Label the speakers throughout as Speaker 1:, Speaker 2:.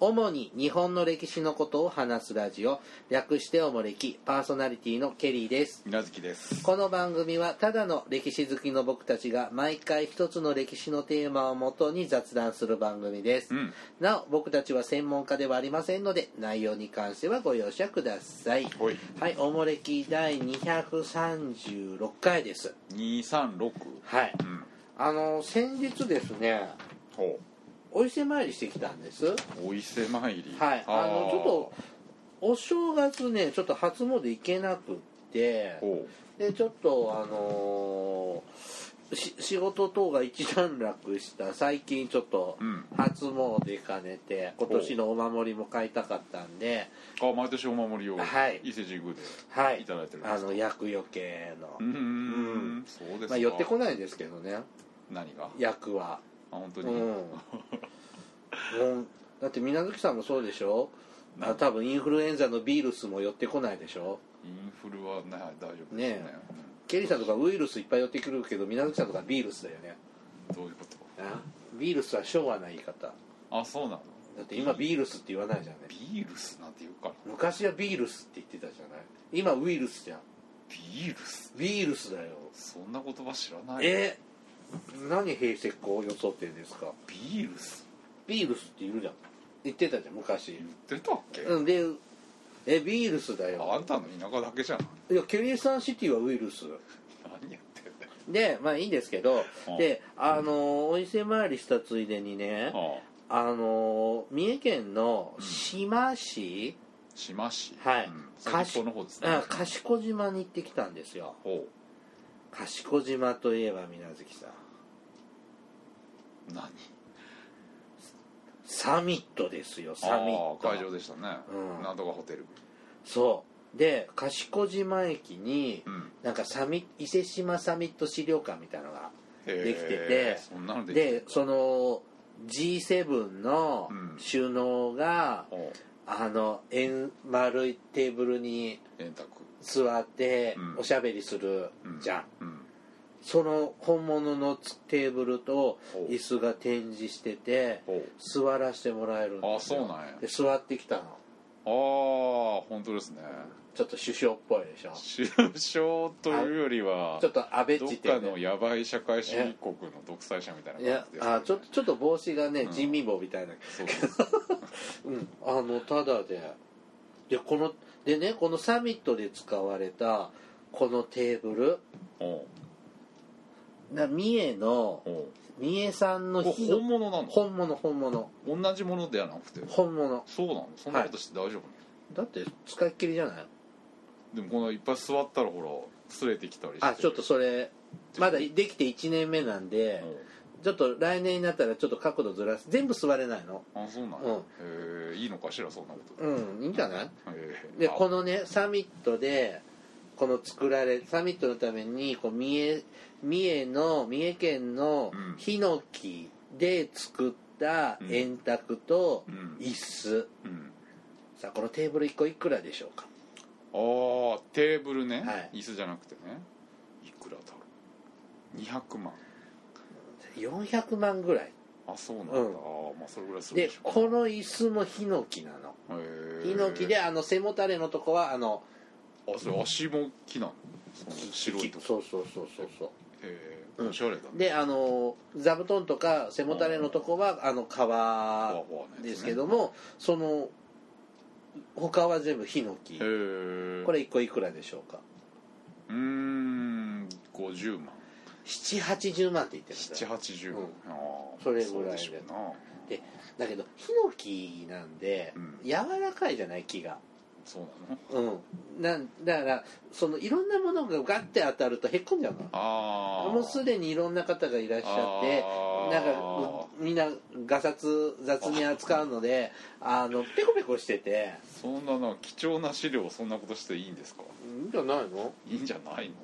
Speaker 1: 主に日本の歴史のことを話すラジオ略しておもれきパーソナリティのケリーです
Speaker 2: みなずきです
Speaker 1: この番組はただの歴史好きの僕たちが毎回一つの歴史のテーマをもとに雑談する番組です、
Speaker 2: うん
Speaker 1: なお僕たちは専門家ではありませんので内容に関してはご容赦ください
Speaker 2: はい
Speaker 1: はいおもれき第236回です
Speaker 2: 236
Speaker 1: はい
Speaker 2: うん
Speaker 1: あの先日ですね
Speaker 2: ほ
Speaker 1: お伊勢参りしてきたんです
Speaker 2: うお伊勢参り
Speaker 1: はいあの
Speaker 2: ー
Speaker 1: ちょっとお正月ねちょっと初詣行けなくって
Speaker 2: ほ
Speaker 1: でちょっとあのーし仕事等が一段落した最近ちょっと
Speaker 2: うん
Speaker 1: 初詣兼ねて今年のお守りも買いたかったんで、
Speaker 2: うあ毎年お守りを
Speaker 1: はい
Speaker 2: 伊勢神宮で
Speaker 1: はいい
Speaker 2: ただいてるんですか
Speaker 1: あの厄除けの
Speaker 2: う、んうんうん
Speaker 1: う
Speaker 2: うんそうですか
Speaker 1: まあ、寄ってこないですけどね
Speaker 2: 何があ
Speaker 1: 厄は
Speaker 2: 本当
Speaker 1: うん
Speaker 2: に、
Speaker 1: もうだって水無月さんもそうでしょあ多分インフルエンザのビールスも寄ってこないでしょ
Speaker 2: インフルはね大丈夫です
Speaker 1: ね
Speaker 2: ね
Speaker 1: えケリーさんとかウイルスいっぱい寄ってくるけど水無月さんとかビールスだよね
Speaker 2: うんどういうこと
Speaker 1: あビールスは昭和な言い方
Speaker 2: あそうなの
Speaker 1: だって今ビールスって言わないじゃない
Speaker 2: ビールスなんて言うから
Speaker 1: 昔はビールスって言ってたじゃない今ウイルスじゃん
Speaker 2: ビールス
Speaker 1: ビールスだよ
Speaker 2: そんな言葉知らない
Speaker 1: え何平成っ子を装ってんですか
Speaker 2: ビールス
Speaker 1: ビールスって言うじゃん言ってたじゃん昔
Speaker 2: 言ってたっけ、
Speaker 1: うんでえビールスだ
Speaker 2: あ
Speaker 1: よ
Speaker 2: んたの田舎だけじゃん
Speaker 1: いやケリーさんシティはウイルス
Speaker 2: 何やっ てんだよ
Speaker 1: でまあいいんですけど
Speaker 2: うん
Speaker 1: であのーお伊勢参りしたついでにね
Speaker 2: ああ
Speaker 1: あのー三重県の志摩市、
Speaker 2: 志摩市
Speaker 1: はい
Speaker 2: うん、先っぽの方ですね
Speaker 1: あ賢島に行ってきたんですよ
Speaker 2: ほ
Speaker 1: 賢島といえば水無月さん
Speaker 2: う何
Speaker 1: サミットですよサミット
Speaker 2: ああ会場でしたね、
Speaker 1: うん
Speaker 2: なんとかホテル
Speaker 1: そうで賢島駅に
Speaker 2: うん
Speaker 1: なんかサミ伊勢志摩サミット資料館みたいなのが
Speaker 2: へえ
Speaker 1: できてて
Speaker 2: そんなのできて
Speaker 1: でその G7 の
Speaker 2: うん
Speaker 1: 首脳が、
Speaker 2: ほ
Speaker 1: あの円丸いテーブルに
Speaker 2: う円卓
Speaker 1: 座って
Speaker 2: うん
Speaker 1: おしゃべりする
Speaker 2: うん
Speaker 1: じゃん、
Speaker 2: うん
Speaker 1: その本物のテーブルと
Speaker 2: ほう
Speaker 1: 椅子が展示してて
Speaker 2: ほう
Speaker 1: 座らせてもらえるんですよ
Speaker 2: あそうなんや
Speaker 1: で座ってきたの
Speaker 2: ああ本当ですね
Speaker 1: ちょっと首相っぽいでしょ
Speaker 2: 首相というよりは
Speaker 1: ちょっと安倍っ
Speaker 2: どっ
Speaker 1: ちって
Speaker 2: か
Speaker 1: ね
Speaker 2: のやばい社会主義国の独裁者みたい
Speaker 1: い
Speaker 2: な感
Speaker 1: や
Speaker 2: じです、ね、
Speaker 1: あちょっとちょっと帽子がね、
Speaker 2: うん
Speaker 1: 人民帽みたいな
Speaker 2: そうです
Speaker 1: うんあのただででこのでねこのサミットで使われたこのテーブル
Speaker 2: ほ
Speaker 1: な三重の
Speaker 2: うほ
Speaker 1: 三重さんの
Speaker 2: うこ
Speaker 1: 日
Speaker 2: れ
Speaker 1: の
Speaker 2: 本物な
Speaker 1: 本物本物
Speaker 2: の同じものではなくて
Speaker 1: 本物
Speaker 2: そうなのそんなことして大丈夫なの、
Speaker 1: だって使いっきりじゃない
Speaker 2: でもこのいっぱい座ったらほら擦れてきたりして
Speaker 1: あちょっとそれまだできて1年目なんで、ちょっと来年になったらちょっと角度ずらす全部座れないの
Speaker 2: うんあそうなんや、
Speaker 1: うん
Speaker 2: へえいいのかしらそんなこと
Speaker 1: うんいいんじゃない
Speaker 2: へえ
Speaker 1: で
Speaker 2: あ
Speaker 1: このねサミットでこの作られサミットのためにこう三重三重の三重県の
Speaker 2: うん
Speaker 1: ヒノキで作った
Speaker 2: うん
Speaker 1: 円卓と
Speaker 2: うん
Speaker 1: 椅子
Speaker 2: うん
Speaker 1: さあこのテーブル1個いくらでしょうか
Speaker 2: あーテーブルね、
Speaker 1: はい
Speaker 2: 椅子じゃなくてねいくらだろう200万
Speaker 1: 400万ぐらい
Speaker 2: あそうなんだ、
Speaker 1: う
Speaker 2: あ
Speaker 1: ん
Speaker 2: あまあそれぐらいする
Speaker 1: で
Speaker 2: でしょ
Speaker 1: この椅子もヒノキなの
Speaker 2: う
Speaker 1: ヒノキであの背もたれのとこはあの
Speaker 2: あそれ足も木なのその白いとこ
Speaker 1: そうそうそうそうそ
Speaker 2: へえ
Speaker 1: うん
Speaker 2: おしゃれだ
Speaker 1: う
Speaker 2: ね
Speaker 1: であの座布団とか背もたれのとこはあの
Speaker 2: ふ
Speaker 1: 革
Speaker 2: わふわのやつね
Speaker 1: ですけどもその他は全部ヒノキ
Speaker 2: へえ
Speaker 1: これ1個いくらでしょうか
Speaker 2: うーん50万
Speaker 1: 780万って言ってるんだよ
Speaker 2: 780
Speaker 1: うん
Speaker 2: 万、ああ
Speaker 1: それぐらいで
Speaker 2: そうでしょうな
Speaker 1: だけどヒノキなんで
Speaker 2: うん
Speaker 1: 柔らかいじゃない木が
Speaker 2: そうなの
Speaker 1: うんなんだからそのいろんなものがガッて当たるとへっこんじゃうの
Speaker 2: ああ
Speaker 1: もうすでにいろんな方がいらっしゃって
Speaker 2: あー
Speaker 1: なんかうみんながさつ雑に扱うのであのペコペコしてて
Speaker 2: そんなな貴重な資料をそんなことしていいんですか
Speaker 1: いいんじゃないの、
Speaker 2: いいんじゃないのっ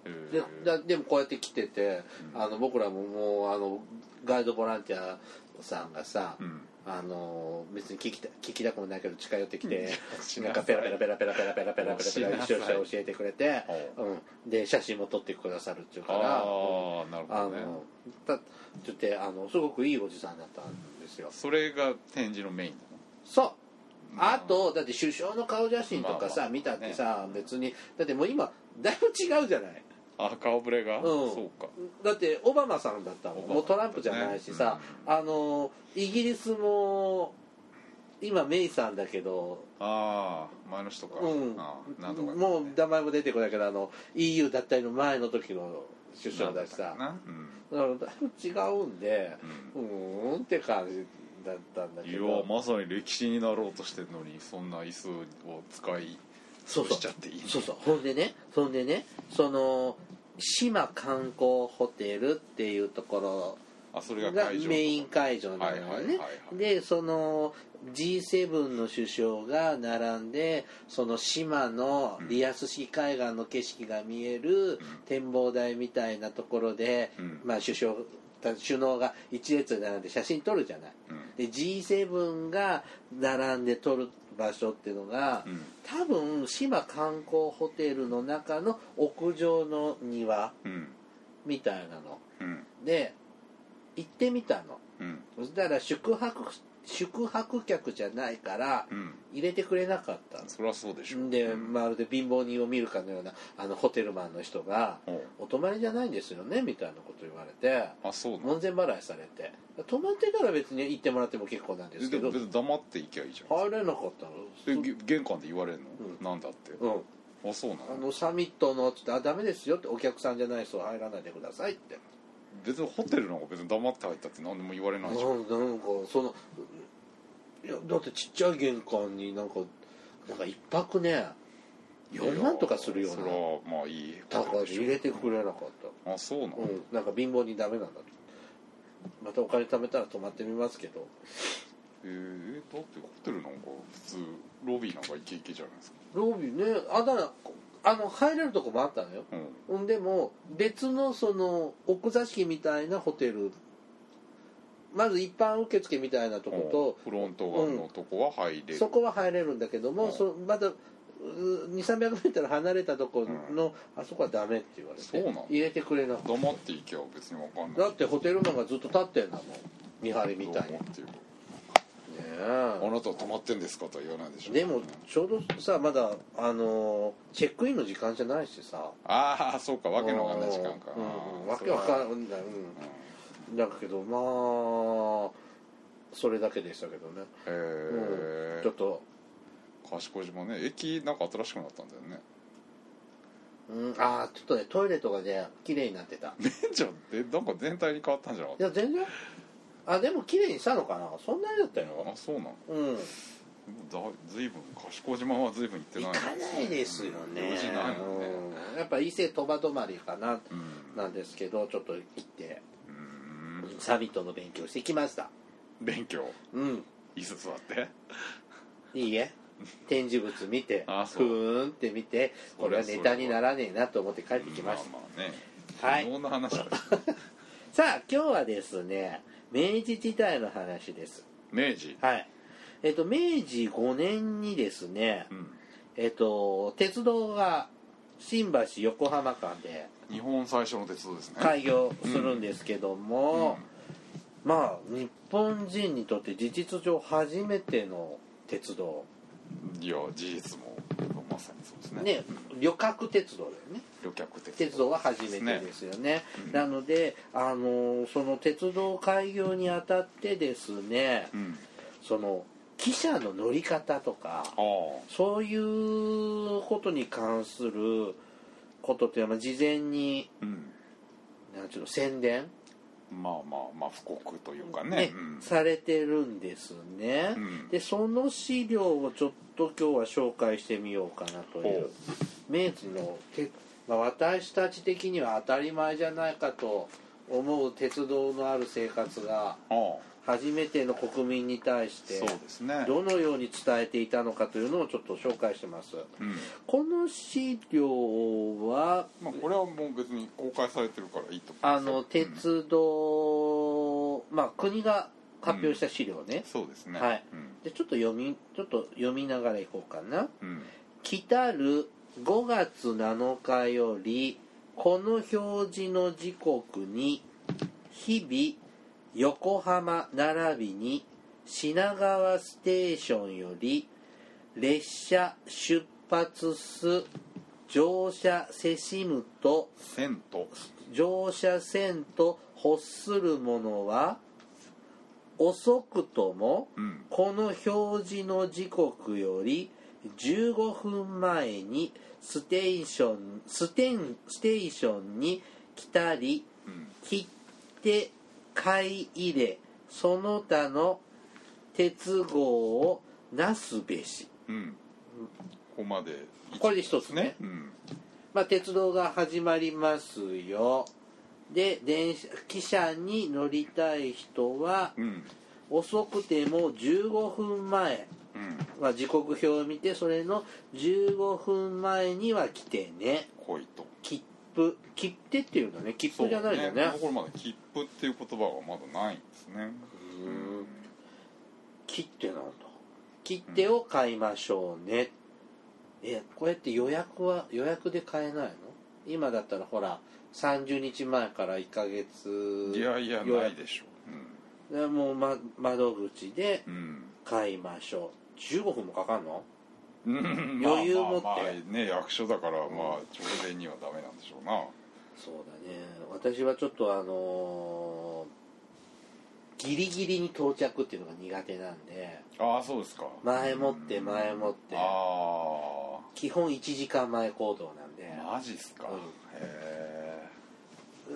Speaker 2: て
Speaker 1: で
Speaker 2: へえ
Speaker 1: だでもこうやって来てて
Speaker 2: うん
Speaker 1: あの僕らももうあのガイドボランティアさんがさ、
Speaker 2: うん
Speaker 1: あの別に聞きた聞きたくもないけど近寄ってきて、
Speaker 2: し
Speaker 1: なん
Speaker 2: な
Speaker 1: か
Speaker 2: さい
Speaker 1: ペラペラペラペラペラペラペラペラペラ
Speaker 2: しな
Speaker 1: 一
Speaker 2: さい
Speaker 1: 緒に教えてくれて、
Speaker 2: あ
Speaker 1: うん、で写真も撮ってくださるっていうから
Speaker 2: あーなる
Speaker 1: あ
Speaker 2: ほどね
Speaker 1: のたって言ってあのすごくいいおじさんだったんですよ
Speaker 2: それが展示のメイン
Speaker 1: そう
Speaker 2: なの
Speaker 1: あとだって首相の顔写真とかさ、
Speaker 2: まあまあ
Speaker 1: 見たってさ、別にだってもう今だいぶ違うじゃない
Speaker 2: あ顔ぶれが、
Speaker 1: ん
Speaker 2: そうか
Speaker 1: だってオバマさんだったもん、
Speaker 2: オバマ
Speaker 1: もうトランプじゃないしさ、あのイギリスも今メイさんだけど
Speaker 2: ああ前の人か、
Speaker 1: うん
Speaker 2: ああなんとか
Speaker 1: もう名前も出てこないけどあの EU 脱退の前の時の首相だしさ
Speaker 2: なんとかなうん
Speaker 1: だからだいぶ違うんで
Speaker 2: うん
Speaker 1: うーんって感じだったんだ
Speaker 2: い
Speaker 1: け
Speaker 2: や
Speaker 1: ど
Speaker 2: まさに歴史になろうとしてるのにそんな椅子を使い
Speaker 1: そうそう
Speaker 2: しちゃっていい
Speaker 1: そうそうほんでねそんでねその島観光ホテルっていうとこ
Speaker 2: あそれ
Speaker 1: ろが
Speaker 2: が会場
Speaker 1: メイン会場なの
Speaker 2: は
Speaker 1: よ
Speaker 2: いはいはい
Speaker 1: ね
Speaker 2: はい
Speaker 1: でその G7 の首相が並んでその島のリアス式海岸の景色が見える展望台みたいなところで、
Speaker 2: うん
Speaker 1: まあ、首相首脳が一列に並んで写真撮るじゃない
Speaker 2: うん
Speaker 1: で G7 が並んで撮る場所っていうのが、
Speaker 2: うん
Speaker 1: 多分島観光ホテルの中の屋上の庭
Speaker 2: うん
Speaker 1: みたいなの
Speaker 2: うん
Speaker 1: で行ってみたの
Speaker 2: うん
Speaker 1: そしたら宿泊宿泊客じゃないから
Speaker 2: うん
Speaker 1: 入れてくれなかったんです
Speaker 2: そりゃそうでしょ
Speaker 1: で
Speaker 2: うん
Speaker 1: まるで貧乏人を見るかのようなあのホテルマンの人が
Speaker 2: おう
Speaker 1: 「お泊まりじゃないんですよね」みたいなこと言われて
Speaker 2: あそうな
Speaker 1: 門前払いされて泊まってたら別に行ってもらっても結構なんで
Speaker 2: の
Speaker 1: す
Speaker 2: で
Speaker 1: け
Speaker 2: も
Speaker 1: ど
Speaker 2: 別に黙って行きゃいいじゃん
Speaker 1: 入れなかったの
Speaker 2: でげ玄関で言われるの、
Speaker 1: うん
Speaker 2: なんだって
Speaker 1: うん
Speaker 2: あそうな
Speaker 1: あ
Speaker 2: の
Speaker 1: のサミットのっつって「あダメですよ」って「お客さんじゃない人は入らないでください」って
Speaker 2: 別にホテルの方が別に黙って入ったって何でも言われ
Speaker 1: な
Speaker 2: なんい
Speaker 1: な
Speaker 2: じゃん
Speaker 1: んかそのいやだってちっちゃい玄関になんかなんか一泊ね4万とかするよう
Speaker 2: そ
Speaker 1: な
Speaker 2: りゃまあいい
Speaker 1: だから入れてくれなかっ
Speaker 2: あそうな
Speaker 1: た
Speaker 2: の、
Speaker 1: うんなんか貧乏にダメなんだってまたお金貯めたら泊まってみますけど
Speaker 2: えー、だってホテルなんか普通ロビーなんかイケイケじゃないですか
Speaker 1: ロビーねあだからあの入れるとこもあったのよ
Speaker 2: うん
Speaker 1: うんでも別のその奥座敷みたいなホテルまず一般受付みたいなとこと
Speaker 2: フロント側のとこは入れる、
Speaker 1: そこは入れるんだけども、
Speaker 2: うん
Speaker 1: そまだ2 3 0 0ル離れたところの、あそこはダメって言われて
Speaker 2: そうなの
Speaker 1: 入れてくれなかっ
Speaker 2: 黙って行けば別に分かん
Speaker 1: ただ
Speaker 2: ない
Speaker 1: ってホテルマンがずっと立ってんだもん見張りみたいに
Speaker 2: どう
Speaker 1: ね
Speaker 2: 思っていうかあ
Speaker 1: え
Speaker 2: なたは泊まってんですかとは言わないでしょ
Speaker 1: でもちょうどさまだあのーチェックインの時間じゃないしさ
Speaker 2: ああそうかわけのわかんない時間か、
Speaker 1: うんうん、
Speaker 2: あ
Speaker 1: わ
Speaker 2: ー
Speaker 1: けわか
Speaker 2: そ
Speaker 1: んない、
Speaker 2: れは
Speaker 1: うん、だけどまあそれだけでしたけどね、
Speaker 2: うんへえ
Speaker 1: ちょっと、
Speaker 2: 賢島ね駅なんか新しくなったんだよね
Speaker 1: うん、ああちょっとねトイレとかね綺麗になって た
Speaker 2: じゃあえなんか全体に変わったんじゃなかっ
Speaker 1: いや全然あでも綺麗にしたのかなそんなにだったたよ
Speaker 2: あそうなの
Speaker 1: うん
Speaker 2: だずいぶん賢島はずいぶん行ってない
Speaker 1: 行かないですよね
Speaker 2: 用事ないもんね
Speaker 1: うんやっぱ伊勢鳥羽泊まりかな
Speaker 2: うん
Speaker 1: なんですけどちょっと行って
Speaker 2: うん
Speaker 1: サミットの勉強してきました
Speaker 2: 勉強
Speaker 1: うん
Speaker 2: 椅子座って
Speaker 1: いいえ展示物見て
Speaker 2: あ
Speaker 1: ふ
Speaker 2: そう
Speaker 1: ーんって見てこれはネタにならねえなと思って帰ってきました
Speaker 2: まあまあね
Speaker 1: はい
Speaker 2: 昨日の話だ
Speaker 1: さあ今日はですね明治時代の話です
Speaker 2: 明治
Speaker 1: はいえっと明治5年にですね
Speaker 2: うん
Speaker 1: えっと鉄道が新橋横浜間で
Speaker 2: 日本最初の鉄道ですね
Speaker 1: 開業するんですけど
Speaker 2: うん
Speaker 1: も、まあ日本人にとって事実上初めての鉄道
Speaker 2: いや事実もまさにそうですね
Speaker 1: ね旅客鉄道だよね
Speaker 2: 旅客鉄道
Speaker 1: 鉄道は初めてですよね
Speaker 2: うん
Speaker 1: なのであのその鉄道開業にあたってですね
Speaker 2: うん
Speaker 1: その汽車の乗り方とか
Speaker 2: ああ
Speaker 1: そういうことに関することっていうのは事前に
Speaker 2: うん
Speaker 1: なんちゅうの宣伝、
Speaker 2: まあまあまあ布告というか
Speaker 1: ね
Speaker 2: ねうん
Speaker 1: されてるんですね、
Speaker 2: うん
Speaker 1: でその資料をちょっと今日は紹介してみようかなという明治のて、まあ、私たち的には当たり前じゃないかと思う鉄道のある生活が
Speaker 2: ああ
Speaker 1: 初めての国民に対して
Speaker 2: そうです ね
Speaker 1: どのように伝えていたのかというのをちょっと紹介してます
Speaker 2: うん
Speaker 1: この資料は
Speaker 2: まあこれはもう別に公開されてるからいいと思
Speaker 1: あ
Speaker 2: いますよ
Speaker 1: の鉄道、まあ国が発表した資料ね、
Speaker 2: うんそうですね
Speaker 1: はい
Speaker 2: うん
Speaker 1: でちょっと読みちょっと読みながらいこうかな
Speaker 2: うん
Speaker 1: 来たる5月7日よりこの表示の時刻に日々横浜並びに品川ステーションより列車出発す乗車せしむと
Speaker 2: 銭湯
Speaker 1: 乗車せんと欲するものは遅くとも
Speaker 2: うん
Speaker 1: この表示の時刻より15分前にステーションステンステーションに来たり
Speaker 2: うん
Speaker 1: 切って買い入れその他の鉄号をなすべし、
Speaker 2: うんここまで
Speaker 1: これで一つね
Speaker 2: うん
Speaker 1: まあ、鉄道が始まりますよで電車汽車に乗りたい人は
Speaker 2: うん
Speaker 1: 遅くても15分前、
Speaker 2: うん
Speaker 1: まあ、時刻表を見てそれの15分前には来てね
Speaker 2: 来いと
Speaker 1: 切符切手っていうんだね切符じゃないんだよね
Speaker 2: そうこの頃まだ切符っていう言葉はまだないんですね
Speaker 1: うーん切手なんだ切手を買いましょうね、えこうやって予約は予約で買えないの今だったらほら30日前から1ヶ月
Speaker 2: いやいや
Speaker 1: 予
Speaker 2: ない
Speaker 1: 約
Speaker 2: でしょ
Speaker 1: でもう、ま、窓口で
Speaker 2: うん、
Speaker 1: 買いましょう15分もかかんの
Speaker 2: うん
Speaker 1: ん余裕持って
Speaker 2: まあまあまあね役所だからまあ朝礼にはダメなんでしょうな
Speaker 1: そうだね私はちょっとあのーギリギリに到着っていうのが苦手なんで
Speaker 2: ああそうですか
Speaker 1: 前もって前もって
Speaker 2: あ
Speaker 1: 基本1時間前行動なんで
Speaker 2: あマジっすか、
Speaker 1: うん
Speaker 2: へ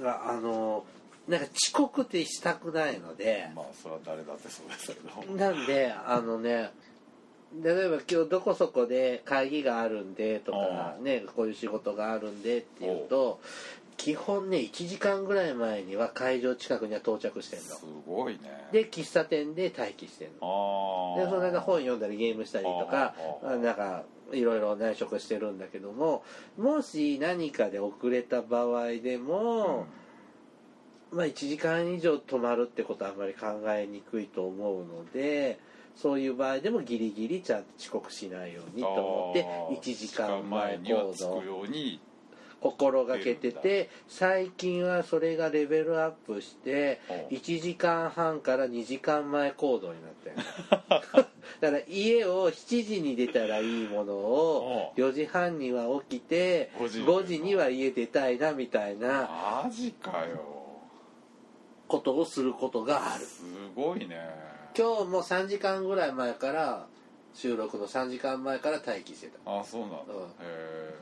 Speaker 1: あのなんか遅刻ってしたくないので
Speaker 2: えまあそれは誰だってそうですけど
Speaker 1: なんであのね例えば今日どこそこで会議があるんでとか
Speaker 2: う
Speaker 1: ねこういう仕事があるんでっていうと基本ね1時間ぐらい前には会場近くには到着してんの
Speaker 2: すごいね
Speaker 1: で喫茶店で待機してんの
Speaker 2: ああ
Speaker 1: でその間本読んだりゲームしたりとか
Speaker 2: あー
Speaker 1: なんかいろいろ内職してるんだけどももし何かで遅れた場合でも、まあ、1時間以上泊まるってことはあんまり考えにくいと思うのでそういう場合でもギリギリちゃんと遅刻しないようにと思って1時間前
Speaker 2: には
Speaker 1: 行
Speaker 2: 着く
Speaker 1: 動
Speaker 2: ように
Speaker 1: 心がけて
Speaker 2: 出る
Speaker 1: て最近はそれがレベルアップして
Speaker 2: うん
Speaker 1: 1時間半から2時間前行動にな ったよねだから家を7時に出たらいいものを
Speaker 2: う
Speaker 1: 4時半には起きて
Speaker 2: 5時
Speaker 1: 5時には家出たいなみたいな
Speaker 2: マジかよ
Speaker 1: ことをすることがある
Speaker 2: すごいね
Speaker 1: 今日も3時間ぐらい前から収録の3時間前から待機してた、
Speaker 2: あそうなんだ、
Speaker 1: うん
Speaker 2: へ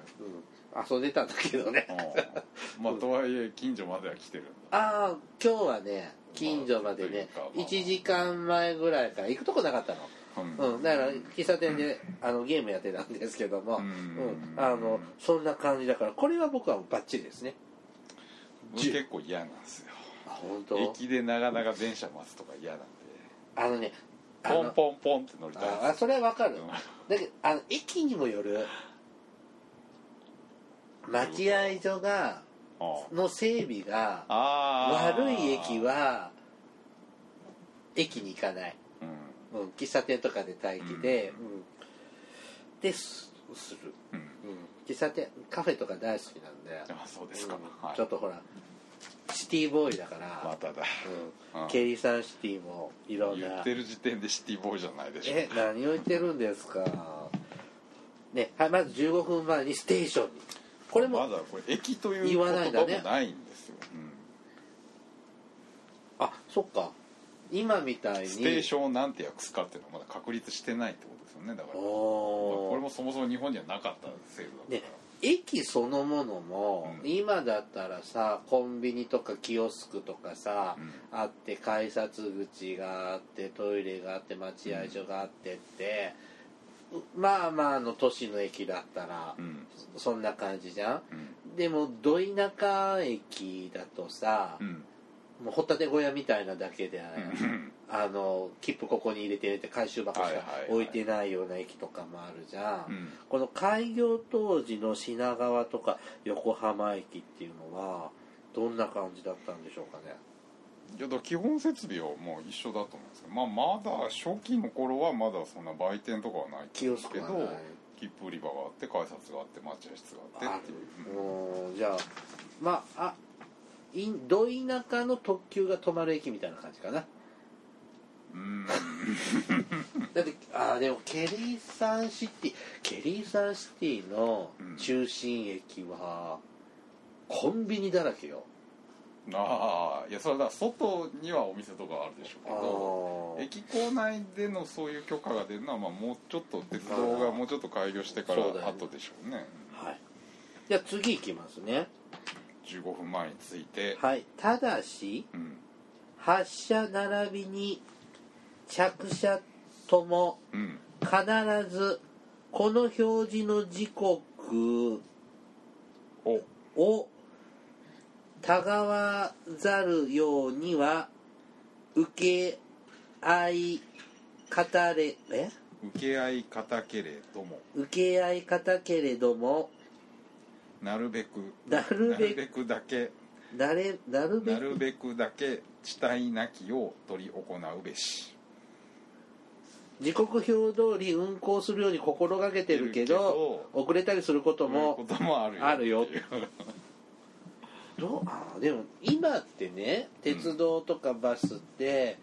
Speaker 1: うん、遊んでたんだけどね
Speaker 2: えうんまあとはいえ近所までは来てるんだ
Speaker 1: ああ今日はね近所までね
Speaker 2: まあというかまあ
Speaker 1: 1時間前ぐらいから行くとこなかった
Speaker 2: うん
Speaker 1: の、うん、だから喫茶店であのゲームやってたんですけども、う
Speaker 2: う
Speaker 1: ん、
Speaker 2: ん
Speaker 1: あのそんな感じだからこれは僕はバッチリですね
Speaker 2: 僕結構嫌なんですよ
Speaker 1: あ本当
Speaker 2: 駅でなかなか電車待つとか嫌なんで
Speaker 1: あのねあ
Speaker 2: ポン
Speaker 1: の
Speaker 2: ポンポンって乗りたい
Speaker 1: ああそれはわかる
Speaker 2: うん
Speaker 1: だけどあの駅にもよる待合所が
Speaker 2: うん
Speaker 1: の整備が
Speaker 2: あー
Speaker 1: 悪い駅は駅に行かない、
Speaker 2: うん
Speaker 1: うん、喫茶店とかで待機で、うんですする、
Speaker 2: うん
Speaker 1: うん、喫茶店カフェとか大好きなんで
Speaker 2: あそうですか
Speaker 1: うん
Speaker 2: はい
Speaker 1: ちょっとほらシティボーイだから、
Speaker 2: まただ
Speaker 1: う、
Speaker 2: うんん
Speaker 1: ケリーさんシティもいろん
Speaker 2: 言
Speaker 1: な
Speaker 2: ってる時点でシティボーイじゃないでしょ
Speaker 1: え何を言ってるんですかねはいまず15分前にステーションにこれも
Speaker 2: まだこれ駅という
Speaker 1: 言
Speaker 2: 言
Speaker 1: わ
Speaker 2: 葉
Speaker 1: ないんだ
Speaker 2: も
Speaker 1: ね
Speaker 2: ないんですよ、うん
Speaker 1: あそっか今みたいに
Speaker 2: ステーションをなんて訳すかっていうのはまだ確立してないってことですよねだからまあ
Speaker 1: お
Speaker 2: こ
Speaker 1: ー
Speaker 2: れもそもそも日本にはなかった制度だ
Speaker 1: ね
Speaker 2: か
Speaker 1: 駅そのものも、
Speaker 2: うん
Speaker 1: 今だったらさコンビニとかキオスクとかさ
Speaker 2: ら、、うん
Speaker 1: あって改札口があってトイレがあって待合所があってって、うまあまあの都市の駅だったら、
Speaker 2: うん
Speaker 1: そんな感じじゃん
Speaker 2: うん
Speaker 1: でもど田舎駅だとさ、
Speaker 2: うん
Speaker 1: もうホタテ小屋みたいなだけで、
Speaker 2: うん
Speaker 1: あの切符ここに入れてねって回収箱し
Speaker 2: はい
Speaker 1: か
Speaker 2: はいはい
Speaker 1: 置いてないような駅とかもあるじゃん、
Speaker 2: うん
Speaker 1: この開業当時の品川とか横浜駅っていうのはどんな感じだったんでしょうかね
Speaker 2: いやだから基本設備はもう一緒だと思うんですけど、まあ、まだ初期の頃はまだそんな売店とかはない
Speaker 1: 気をつ
Speaker 2: け
Speaker 1: けない
Speaker 2: ど切符売り場があって改札があって待合室があって
Speaker 1: あ
Speaker 2: っていう、
Speaker 1: るうんじゃあまああいど田舎の特急が止まる駅みたいな感じかな
Speaker 2: うん
Speaker 1: だってあーでもケリーサンシティケリーサンシティの中心駅はコンビニだらけよ
Speaker 2: ああいやそれだ外にはお店とかあるでしょう
Speaker 1: あ
Speaker 2: けど
Speaker 1: ー
Speaker 2: 駅構内でのそういう許可が出るのは、まあ、もうちょっと鉄道がもうちょっと開業してから
Speaker 1: そうだよね
Speaker 2: 後でしょうね
Speaker 1: はいじゃあ次行きますね
Speaker 2: 15分前に着いて、
Speaker 1: はいただし
Speaker 2: うん
Speaker 1: 発車並びに着車とも
Speaker 2: うん
Speaker 1: 必ずこの表示の時刻
Speaker 2: お
Speaker 1: をたがわざるようには受け合い方れえ
Speaker 2: 受け合い方けれども
Speaker 1: 受け合い方けれども
Speaker 2: なるべく
Speaker 1: なるべく
Speaker 2: だけ
Speaker 1: なれなるべ
Speaker 2: な
Speaker 1: く
Speaker 2: るべくだけ地帯なきを取り行うべし
Speaker 1: 時刻表通り運行するように心がけてるけど
Speaker 2: け
Speaker 1: 遅れたりすること
Speaker 2: というこ
Speaker 1: も
Speaker 2: ともあるよ
Speaker 1: あるよどうあーでも今ってね鉄道とかバスって、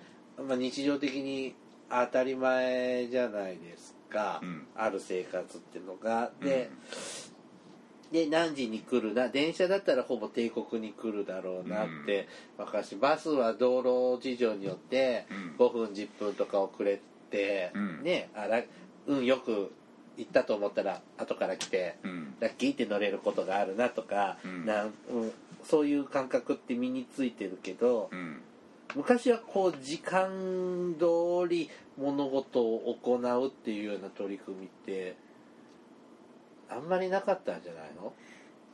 Speaker 1: まあ、日常的に当たり前じゃないですか、
Speaker 2: うん
Speaker 1: ある生活ってのがで、で何時に来るな電車だったらほぼ帝国に来るだろうなって分かるしバスは道路事情によって
Speaker 2: うん
Speaker 1: 5分10分とか遅れて、
Speaker 2: うん
Speaker 1: ねあらうんよく行ったと思ったら後から来て。
Speaker 2: うん
Speaker 1: ラッキーって乗れることがあるなとか、
Speaker 2: うん
Speaker 1: なんうんそういう感覚って身についてるけど
Speaker 2: うん
Speaker 1: 昔はこう時間通り物事を行うっていうような取り組みってあんまりなかったんじゃないの、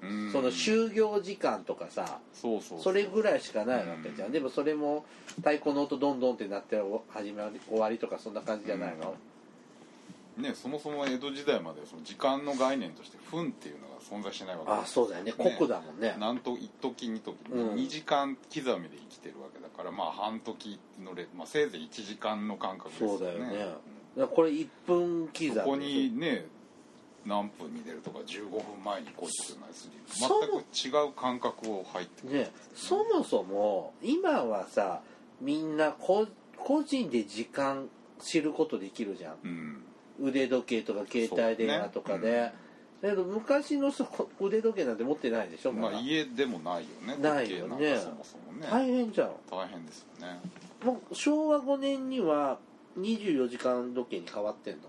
Speaker 2: うん
Speaker 1: その就業時間とかさ
Speaker 2: そうそう
Speaker 1: それぐらいしかないわけじゃん、
Speaker 2: うん
Speaker 1: でもそれも太鼓の音どんどんってなって始まり終わりとかそんな感じじゃないの、
Speaker 2: ねそもそも江戸時代までその時間の概念として分っていうのが存在しないわけ
Speaker 1: ああそうだよね酷だもんね
Speaker 2: なんと一時二時
Speaker 1: うん
Speaker 2: 2時間刻みで生きてるわけだからまあ半時のレまあせいぜい1時間の間隔です
Speaker 1: そ
Speaker 2: よ
Speaker 1: うだよね
Speaker 2: ね
Speaker 1: だからこれ1分刻み
Speaker 2: そこにね何分に出るとか15分前に来いっていうのは
Speaker 1: そも
Speaker 2: 全く違う感覚を入ってくる
Speaker 1: ねそもそも今はさみんなこ個人で時間知ることできるじゃん
Speaker 2: うん
Speaker 1: 腕時計とか携帯電話とか
Speaker 2: そう
Speaker 1: で、
Speaker 2: ね
Speaker 1: だけど昔のそこ腕時計なんて持ってないでしょ、
Speaker 2: ま
Speaker 1: ま
Speaker 2: あ
Speaker 1: だ
Speaker 2: 家でもないよね
Speaker 1: ないよね
Speaker 2: 時計なんかそもそもね
Speaker 1: 大変じゃん
Speaker 2: 大変ですよね
Speaker 1: もう昭和5年には24時間時計に変わってんの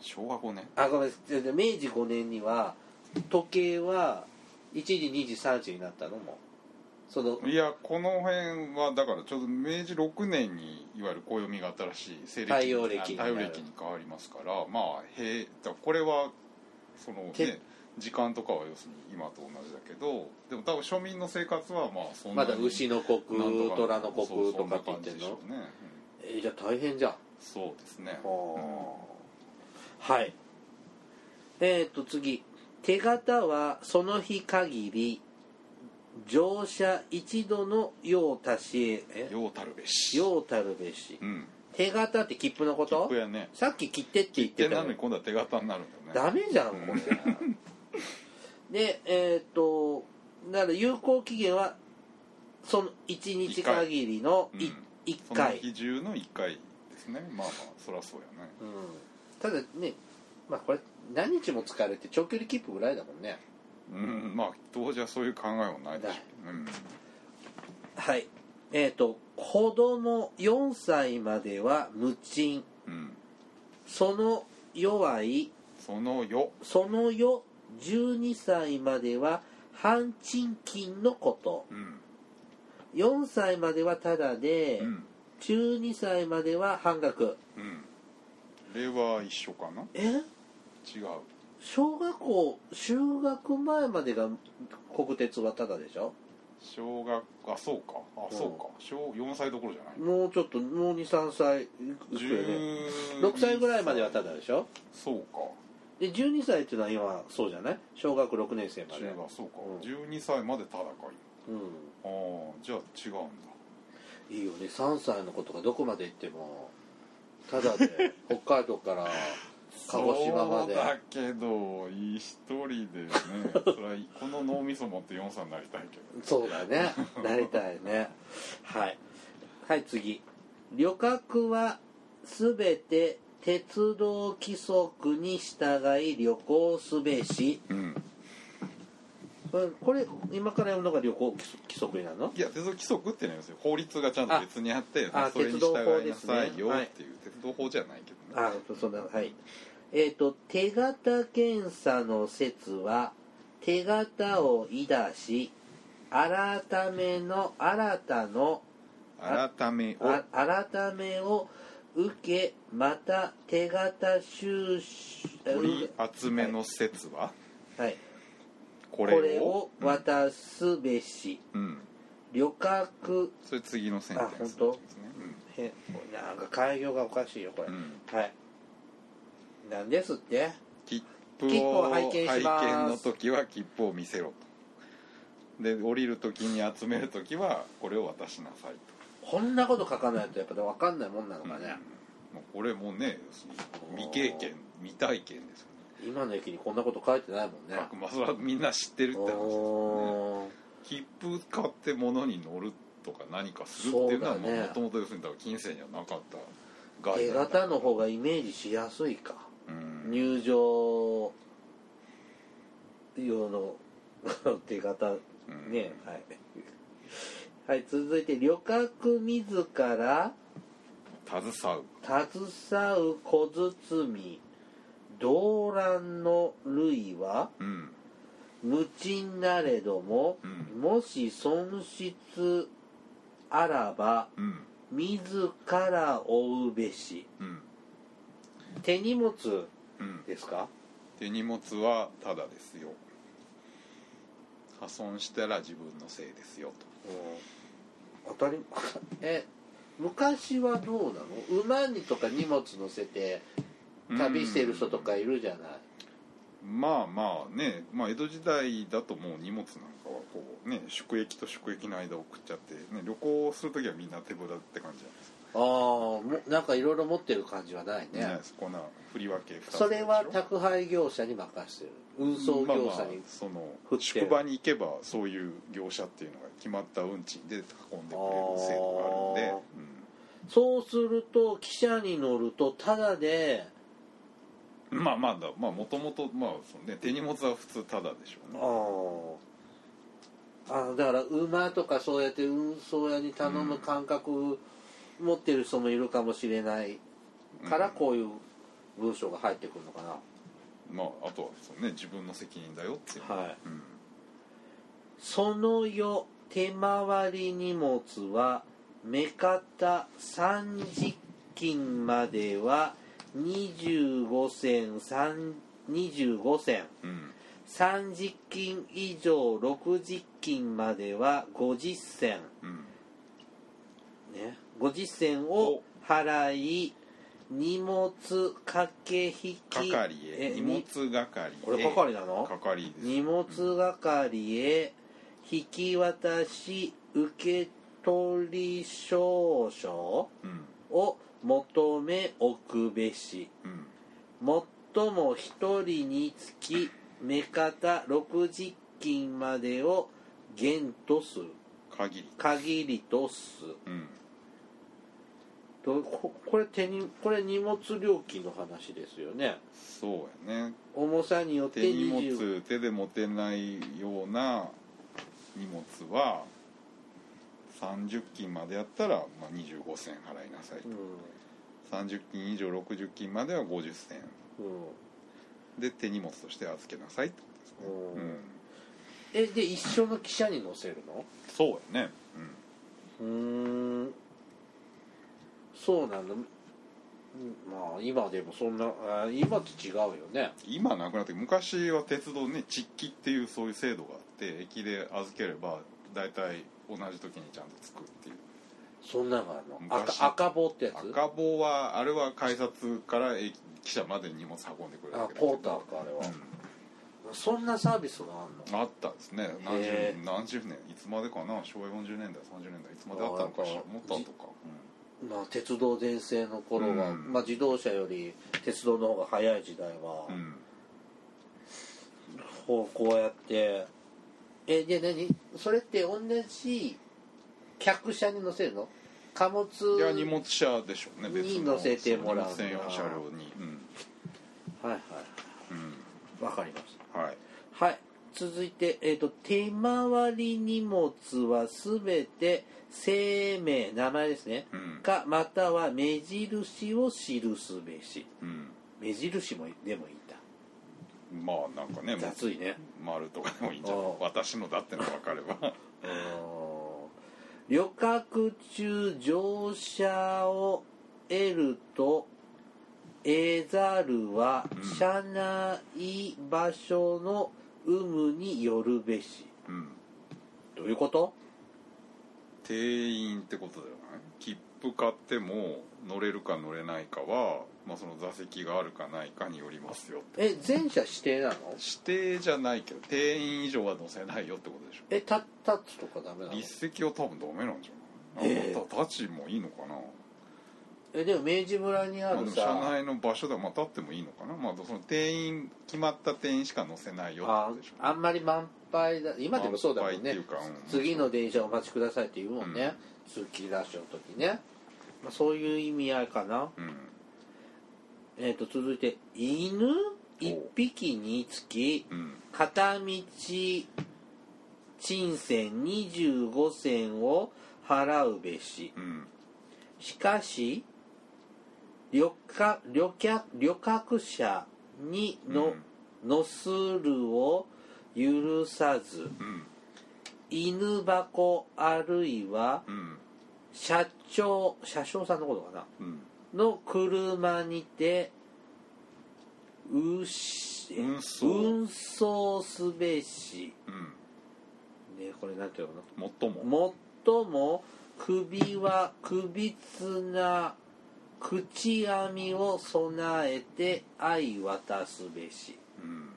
Speaker 2: 昭和5年
Speaker 1: あごめん全然明治5年には時計は1時2時3時になったのもうその
Speaker 2: いやこの辺はだからちょうど明治6年にいわゆる暦が新しい西暦
Speaker 1: 太陽暦にな
Speaker 2: 太
Speaker 1: る
Speaker 2: 陽暦に変わりますからまあ平だこれはその
Speaker 1: て
Speaker 2: ね時間とかは要するに今と同じだけどでも多分庶民の生活はまあそん
Speaker 1: ま
Speaker 2: なに
Speaker 1: だ牛の国
Speaker 2: なんとか
Speaker 1: 虎の国
Speaker 2: そ
Speaker 1: と
Speaker 2: う
Speaker 1: かって言ってん
Speaker 2: そんな感じでしょ
Speaker 1: の
Speaker 2: うねうん
Speaker 1: えーじゃあ大変じゃん
Speaker 2: そうですね
Speaker 1: はいえっ、と次手形はその日限り乗車一度の用足しへ
Speaker 2: うん
Speaker 1: え
Speaker 2: ようたるべし
Speaker 1: 用たるべし
Speaker 2: うん
Speaker 1: 手形って切符のこ
Speaker 2: 切
Speaker 1: と
Speaker 2: 符やね
Speaker 1: さっき切手って言っ
Speaker 2: 切手
Speaker 1: てた
Speaker 2: なの
Speaker 1: の
Speaker 2: に今度は手形になるんだよ
Speaker 1: ダ
Speaker 2: ね
Speaker 1: メじゃんこれ でえっ、となら有効期限はその1日限りの
Speaker 2: うん
Speaker 1: 1
Speaker 2: その
Speaker 1: 回、
Speaker 2: 日中の1回ですねまあまあそりゃそうやね
Speaker 1: うんただねまあこれ何日も使われて長距離切符ぐらいだもんね
Speaker 2: うん、まあ当時はそういう考えはないでしょう、うん、
Speaker 1: はいえっ、と子供4歳までは無賃
Speaker 2: うん、
Speaker 1: その弱い
Speaker 2: そのよ
Speaker 1: そのよ12歳までは半賃金のこと
Speaker 2: うん、
Speaker 1: 4歳まではタダで、
Speaker 2: うん
Speaker 1: 12歳までは半額
Speaker 2: うん、令和一緒かな
Speaker 1: え
Speaker 2: 違う
Speaker 1: 小学校就学前までが国鉄はタダでしょ
Speaker 2: 小学あそうかあ
Speaker 1: うん
Speaker 2: そうか小4歳どころじゃない
Speaker 1: もうちょっともう23歳いくつよね6歳ぐらいまではただでしょ
Speaker 2: そうか
Speaker 1: で12歳っていうのは今そうじゃない小学6年生ま
Speaker 2: 中
Speaker 1: で、
Speaker 2: 学そうか、
Speaker 1: うん
Speaker 2: 12歳までただか
Speaker 1: う
Speaker 2: 今ああじゃあ違うんだ
Speaker 1: ん、いいよね3歳の子とかどこまで行ってもただで北海道から鹿児島まで
Speaker 2: そうだけど一人でねそれはこの脳みそ持って4歳になりたいけど
Speaker 1: そうだねなりたいねはいはい次旅客は全て鉄道規則に従い旅行すべし
Speaker 2: うん
Speaker 1: これこれ今から読むのが旅行規則規則になるの
Speaker 2: いや鉄道規則ってなりますよ法律がちゃんと別にあって
Speaker 1: ああ
Speaker 2: それに
Speaker 1: 鉄
Speaker 2: 従
Speaker 1: 道法
Speaker 2: い
Speaker 1: で
Speaker 2: な
Speaker 1: すね
Speaker 2: さいよっていう鉄道法じゃないけどね
Speaker 1: あそうだはいえっ、と手形検査の説は手形をいだし改めの新たの
Speaker 2: 改めを
Speaker 1: あ改めを受けまた手形収集
Speaker 2: 取り集めの説は、
Speaker 1: はい、
Speaker 2: こ
Speaker 1: こ
Speaker 2: れを
Speaker 1: れを渡すべし、
Speaker 2: うん
Speaker 1: 旅客
Speaker 2: それ次のセンテンスです
Speaker 1: あ
Speaker 2: ね
Speaker 1: 本へこれなんか開業がおかしいよこれ、
Speaker 2: うんうん
Speaker 1: はいなんですって
Speaker 2: 切符
Speaker 1: 切符
Speaker 2: を
Speaker 1: を拝見します
Speaker 2: 拝見の時は切符を見せろとで降りる時に集める時はこれを渡しなさい
Speaker 1: こんなこと書かないとやっぱ分かんないもんなの
Speaker 2: と、
Speaker 1: かね、
Speaker 2: うんもうこれもね未経験未体験ですよ
Speaker 1: 今の駅にこんなこと書いてないもんね
Speaker 2: ねまあそれはみんな知ってるって話ですよね
Speaker 1: おー
Speaker 2: 切符買って物に乗るとか何かするっていうのは
Speaker 1: そうだね
Speaker 2: もともと要するにだから金銭にはなかった概
Speaker 1: 手
Speaker 2: 念だ
Speaker 1: 形の方がイメージしやすいか
Speaker 2: うん
Speaker 1: 入場用の手形
Speaker 2: うん
Speaker 1: ねはいはい続いて旅客自ら
Speaker 2: 携う
Speaker 1: 携う小包動乱の類は
Speaker 2: うん
Speaker 1: 無賃なれども、
Speaker 2: うん
Speaker 1: もし損失あらば
Speaker 2: うん
Speaker 1: 自ら追うべし
Speaker 2: うん
Speaker 1: 手荷物
Speaker 2: うん
Speaker 1: ですか
Speaker 2: で荷物はただですよ破損したら自分のせいですよ
Speaker 1: 当たり え昔はどうなの馬にとか荷物乗せて
Speaker 2: と
Speaker 1: 旅してる人とかいるじゃない、
Speaker 2: うんまあまあね、まあ、江戸時代だともう荷物なんかはこうね宿役と宿役の間送っちゃって、ね、旅行する時はみんな手ぶらって感じなんです
Speaker 1: ああもなんかいろいろ持ってる感じはないね
Speaker 2: ねこんな振り分け2つでしょ
Speaker 1: それは宅配業者に任せてる運送業者に、
Speaker 2: まあまあそ
Speaker 1: 振っ
Speaker 2: の
Speaker 1: て
Speaker 2: 宿場に行けばそういう業者っていうのが決まった運賃で運んでくれる制度があるんで
Speaker 1: あー、そうすると汽車に乗るとただで
Speaker 2: うん、まあまあだまあもともとまあその、ね、手荷物は普通ただでしょう
Speaker 1: あ
Speaker 2: ね
Speaker 1: ーあだから馬とかそうやって運送屋に頼む感覚持ってる人もいるかもしれないから
Speaker 2: うん
Speaker 1: こういう文章が入ってくるのかな、
Speaker 2: まあ、あとはそのね自分の責任だよっていう、
Speaker 1: はい
Speaker 2: うん、
Speaker 1: その世手回り荷物は目方三十金までは25銭3 25銭
Speaker 2: うん
Speaker 1: 30金以上60金までは50銭、
Speaker 2: うん
Speaker 1: ね、50銭を払い荷物掛け引き
Speaker 2: 係
Speaker 1: え
Speaker 2: へ荷
Speaker 1: に
Speaker 2: 物係へ
Speaker 1: これ係なの
Speaker 2: 係です
Speaker 1: 荷物係へ引き渡し受け取り証書
Speaker 2: うん
Speaker 1: を求め置くべし
Speaker 2: うん
Speaker 1: 最も一人につき目方60金までを限とする
Speaker 2: 限り
Speaker 1: 限りとす
Speaker 2: うん
Speaker 1: とここれ手にこれ荷物料金の話ですよね
Speaker 2: そうやね
Speaker 1: 重さによって
Speaker 2: 手荷
Speaker 1: 20
Speaker 2: 物手で持てないような荷物は30金までやったら、まあ、25銭払いなさいと、30金以上60金までは50銭
Speaker 1: うんうん
Speaker 2: で手荷物として預けなさいってことですね、
Speaker 1: おー
Speaker 2: うん、
Speaker 1: えで一緒の汽車に乗せるの
Speaker 2: そうやね、うん
Speaker 1: うーんそうなのうんまあ今でもそんなあ今と違うよね
Speaker 2: 今なくなって昔は鉄道ね実機っていうそういう制度があって駅で預ければ大体同じ時にちゃんと着くっていう
Speaker 1: そんなのがあるの
Speaker 2: 昔
Speaker 1: 赤赤棒ってやつ
Speaker 2: 赤棒はあれは改札から駅記者まで荷物運んでくれる
Speaker 1: あ
Speaker 2: わけだけ
Speaker 1: ポ
Speaker 2: ど
Speaker 1: ーターかあれは、そんなサービスがあるの
Speaker 2: うん、あったんですね何十
Speaker 1: へえ
Speaker 2: 年何十年いつまでかな昭和40年代30年代いつまであったのかしら
Speaker 1: あー
Speaker 2: もっと後か、
Speaker 1: まあ、鉄道全盛の頃は、
Speaker 2: うん
Speaker 1: まあ、自動車より鉄道の方が早い時代は、
Speaker 2: うん
Speaker 1: こうこうやってえで何それって同じ客車に乗せるの貨物
Speaker 2: いや荷物車でしょうね別の
Speaker 1: に乗せてもらう
Speaker 2: そ荷物専用車両に
Speaker 1: はいはい
Speaker 2: うん、
Speaker 1: わかりまし
Speaker 2: うん、はい
Speaker 1: たはい続いて、えー、と手回り荷物は全て生命名前ですね、
Speaker 2: うん
Speaker 1: かまたは目印を記すべし
Speaker 2: う
Speaker 1: 目印もでもいいんだ
Speaker 2: んまあなんかね
Speaker 1: 雑いね
Speaker 2: 丸とかでもいいんじゃな
Speaker 1: あ
Speaker 2: い
Speaker 1: あ
Speaker 2: 私のだっての分かれば
Speaker 1: う ーん旅客中乗車を得ると得ざるは
Speaker 2: うん
Speaker 1: 車内場所の有無によるべし
Speaker 2: うん
Speaker 1: どういうこと
Speaker 2: 定員ってことだよね切符買っても乗れるか乗れないかは、まあ、その座席があるかないかによりますよ
Speaker 1: え全車指定なの
Speaker 2: 指定じゃないけど定員以上は乗せないよってことでし
Speaker 1: えたったつとかダメな
Speaker 2: ょ
Speaker 1: の
Speaker 2: 立席は多分ダメなんじゃない、
Speaker 1: ええ
Speaker 2: あた立ちもいいのかな
Speaker 1: えでも明治村にあ
Speaker 2: まあ、
Speaker 1: る
Speaker 2: でも
Speaker 1: さ
Speaker 2: 車内の場所ではまあ立ってもいいのかな、まあ、その定員決まった定員しか乗せないよって
Speaker 1: あ
Speaker 2: ことでしょ
Speaker 1: あんまり満杯だ今でもそうだもんね
Speaker 2: 満杯っていうかうん
Speaker 1: 次の電車お待ちくださいって言うもんね、通勤ラッシュの時ね、まあ、そういう意味合いかな
Speaker 2: うん
Speaker 1: えー、と続いて犬一匹につき
Speaker 2: うん
Speaker 1: 片道賃銭25銭を払うべし
Speaker 2: うん
Speaker 1: しかし旅客旅客旅客車にの、のするを許さず
Speaker 2: うん
Speaker 1: 犬箱あるいは
Speaker 2: うん
Speaker 1: 社長車掌さんのことかな
Speaker 2: うん
Speaker 1: の車にてうし
Speaker 2: 運送
Speaker 1: 運送すべし、
Speaker 2: うん
Speaker 1: ね、これなんていうのか
Speaker 2: もっと
Speaker 1: な
Speaker 2: も
Speaker 1: 最も首は首つな口編みを備えて相渡すべし
Speaker 2: うん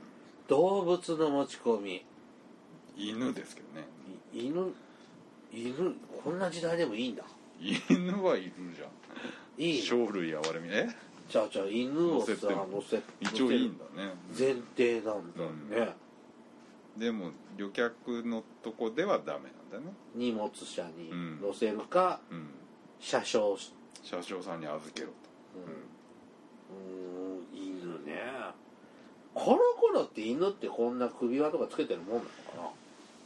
Speaker 1: 動物の持ち込み
Speaker 2: 犬ですけどね
Speaker 1: い犬犬こんな時代でもいいんだ
Speaker 2: 犬はいるじゃん
Speaker 1: いい
Speaker 2: 生類哀れみね
Speaker 1: じゃあじゃあ犬をさ
Speaker 2: 乗せても
Speaker 1: 乗せ
Speaker 2: 一応いいん
Speaker 1: 乗
Speaker 2: だね
Speaker 1: せる前提なんだね、
Speaker 2: でも旅客のとこではダメなんだね
Speaker 1: 荷物車に乗せるか、
Speaker 2: うん
Speaker 1: 車掌し
Speaker 2: 車掌さんに預けろと
Speaker 1: うーん犬ねこの頃って犬ってこんな首輪とかつけてるもんなのか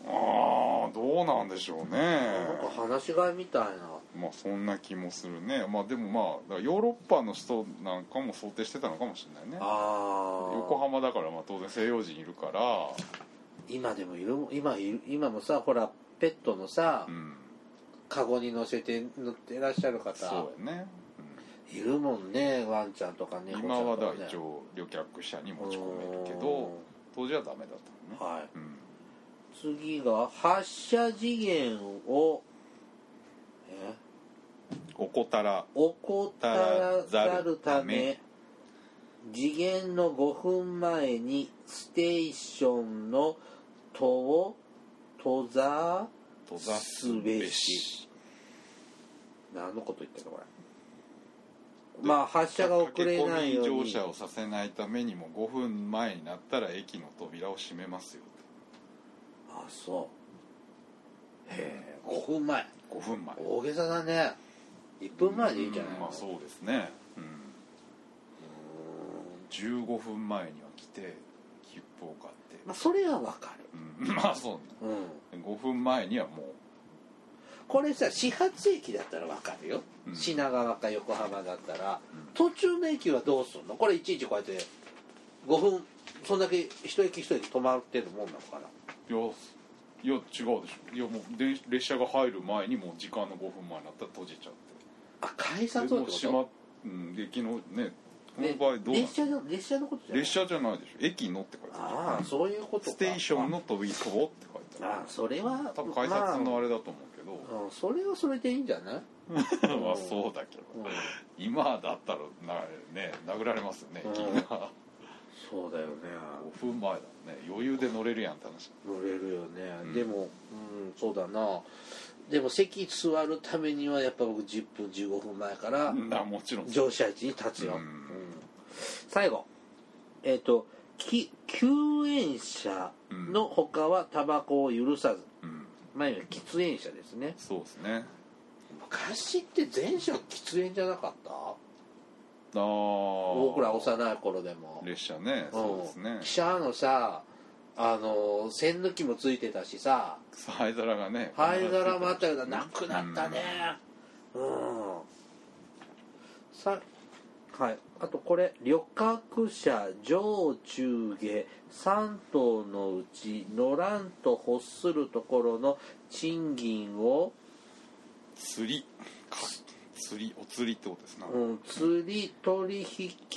Speaker 2: ああどうなんでしょう
Speaker 1: な、
Speaker 2: ね
Speaker 1: なんか放し飼いみたいな
Speaker 2: まあそんな気もするねまあでもまあだからヨーロッパの人なんかも想定してたのかもしれないね
Speaker 1: あ
Speaker 2: 横
Speaker 1: あ
Speaker 2: 浜だからまあ当然西洋人いるから
Speaker 1: 今でもいるもん今いる今もさほらペットのさ、
Speaker 2: うん
Speaker 1: カゴに乗せて乗ってらっしゃる方
Speaker 2: そうやね、
Speaker 1: いるもんねワンちゃんとか
Speaker 2: うん、
Speaker 1: 猫ちゃん
Speaker 2: 今は
Speaker 1: とか、
Speaker 2: だ
Speaker 1: ね、
Speaker 2: 一応旅客車に持ち込めるけ
Speaker 1: う
Speaker 2: ど当時はダメだった
Speaker 1: ー
Speaker 2: の
Speaker 1: ん
Speaker 2: ね
Speaker 1: はい
Speaker 2: うん
Speaker 1: 次が発射次元をえ
Speaker 2: 怠ら
Speaker 1: 怠らざるため次元の5分前にステーションの戸を閉ざ
Speaker 2: 閉ざすべし
Speaker 1: 何のこと言ってんのこれまあ発車が遅れないよう
Speaker 2: 駆け込み乗
Speaker 1: に
Speaker 2: 車をさせないためにも5分前になったら駅の扉を閉めますよ
Speaker 1: あそうへえ5分前
Speaker 2: 5分前
Speaker 1: 大げさだね1分前でいいんじゃない
Speaker 2: うん
Speaker 1: の
Speaker 2: まあそうですね、うん、15分前には来て切符を買って、
Speaker 1: まあそれはわか
Speaker 2: うん、 まあそう
Speaker 1: るうん
Speaker 2: ね5分前にはも
Speaker 1: これさ始発駅だったらわかるよ、
Speaker 2: うん
Speaker 1: 品川か横浜だったら、
Speaker 2: うん
Speaker 1: 途中の駅はどうすんのこれいちいちこうやって5分そんだけ一駅一駅止まってるもんなのかな
Speaker 2: ういやいや違うでしょいやもう電列車が入る前にもう時間の5分前になったら閉じちゃって
Speaker 1: あ改札
Speaker 2: で
Speaker 1: の
Speaker 2: も
Speaker 1: っ
Speaker 2: う
Speaker 1: てこと
Speaker 2: 閉まうんで昨日ねこの
Speaker 1: ね
Speaker 2: 場合どうなん
Speaker 1: 列車の列車のことじゃない
Speaker 2: 列車じゃないでしょ駅のって書いてあ
Speaker 1: ああ
Speaker 2: る
Speaker 1: そういうことか
Speaker 2: ステーションの飛びそうって書いてあ
Speaker 1: ああ
Speaker 2: る
Speaker 1: それは
Speaker 2: 多分改札のあ
Speaker 1: れ、
Speaker 2: れだと思うけ
Speaker 1: まあうん、それはそれでいいんじゃない、
Speaker 2: ど、
Speaker 1: うん
Speaker 2: まあそうだけど、
Speaker 1: うん、
Speaker 2: 今だったらなね殴られますよね
Speaker 1: うん
Speaker 2: 駅が
Speaker 1: そうだよね
Speaker 2: 5分前だもんね余裕で乗れるやんって話
Speaker 1: 乗れるよね、
Speaker 2: うん
Speaker 1: でもうんそうだなでも席座るためにはやっぱ僕10分15分前から
Speaker 2: なもちろん
Speaker 1: 乗車位置に立つよ、
Speaker 2: うん
Speaker 1: うん最後えっ、とき吸煙者のほかはタバコを許さず、
Speaker 2: うん
Speaker 1: まあ、いわゆる喫煙者ですね
Speaker 2: そうですね
Speaker 1: 昔って前者喫煙じゃなかった
Speaker 2: ああ
Speaker 1: 僕ら幼い頃でも
Speaker 2: 列車ねそうですね
Speaker 1: ん汽車のさあの栓抜きもついてたしさ
Speaker 2: 灰皿がね
Speaker 1: 灰皿もあったけどなくなったねうん、さはいあとこれ旅客車上中下3頭のうち乗らんと欲するところの賃金を、
Speaker 2: 釣りか釣りお釣りってことですな、
Speaker 1: うん、釣り取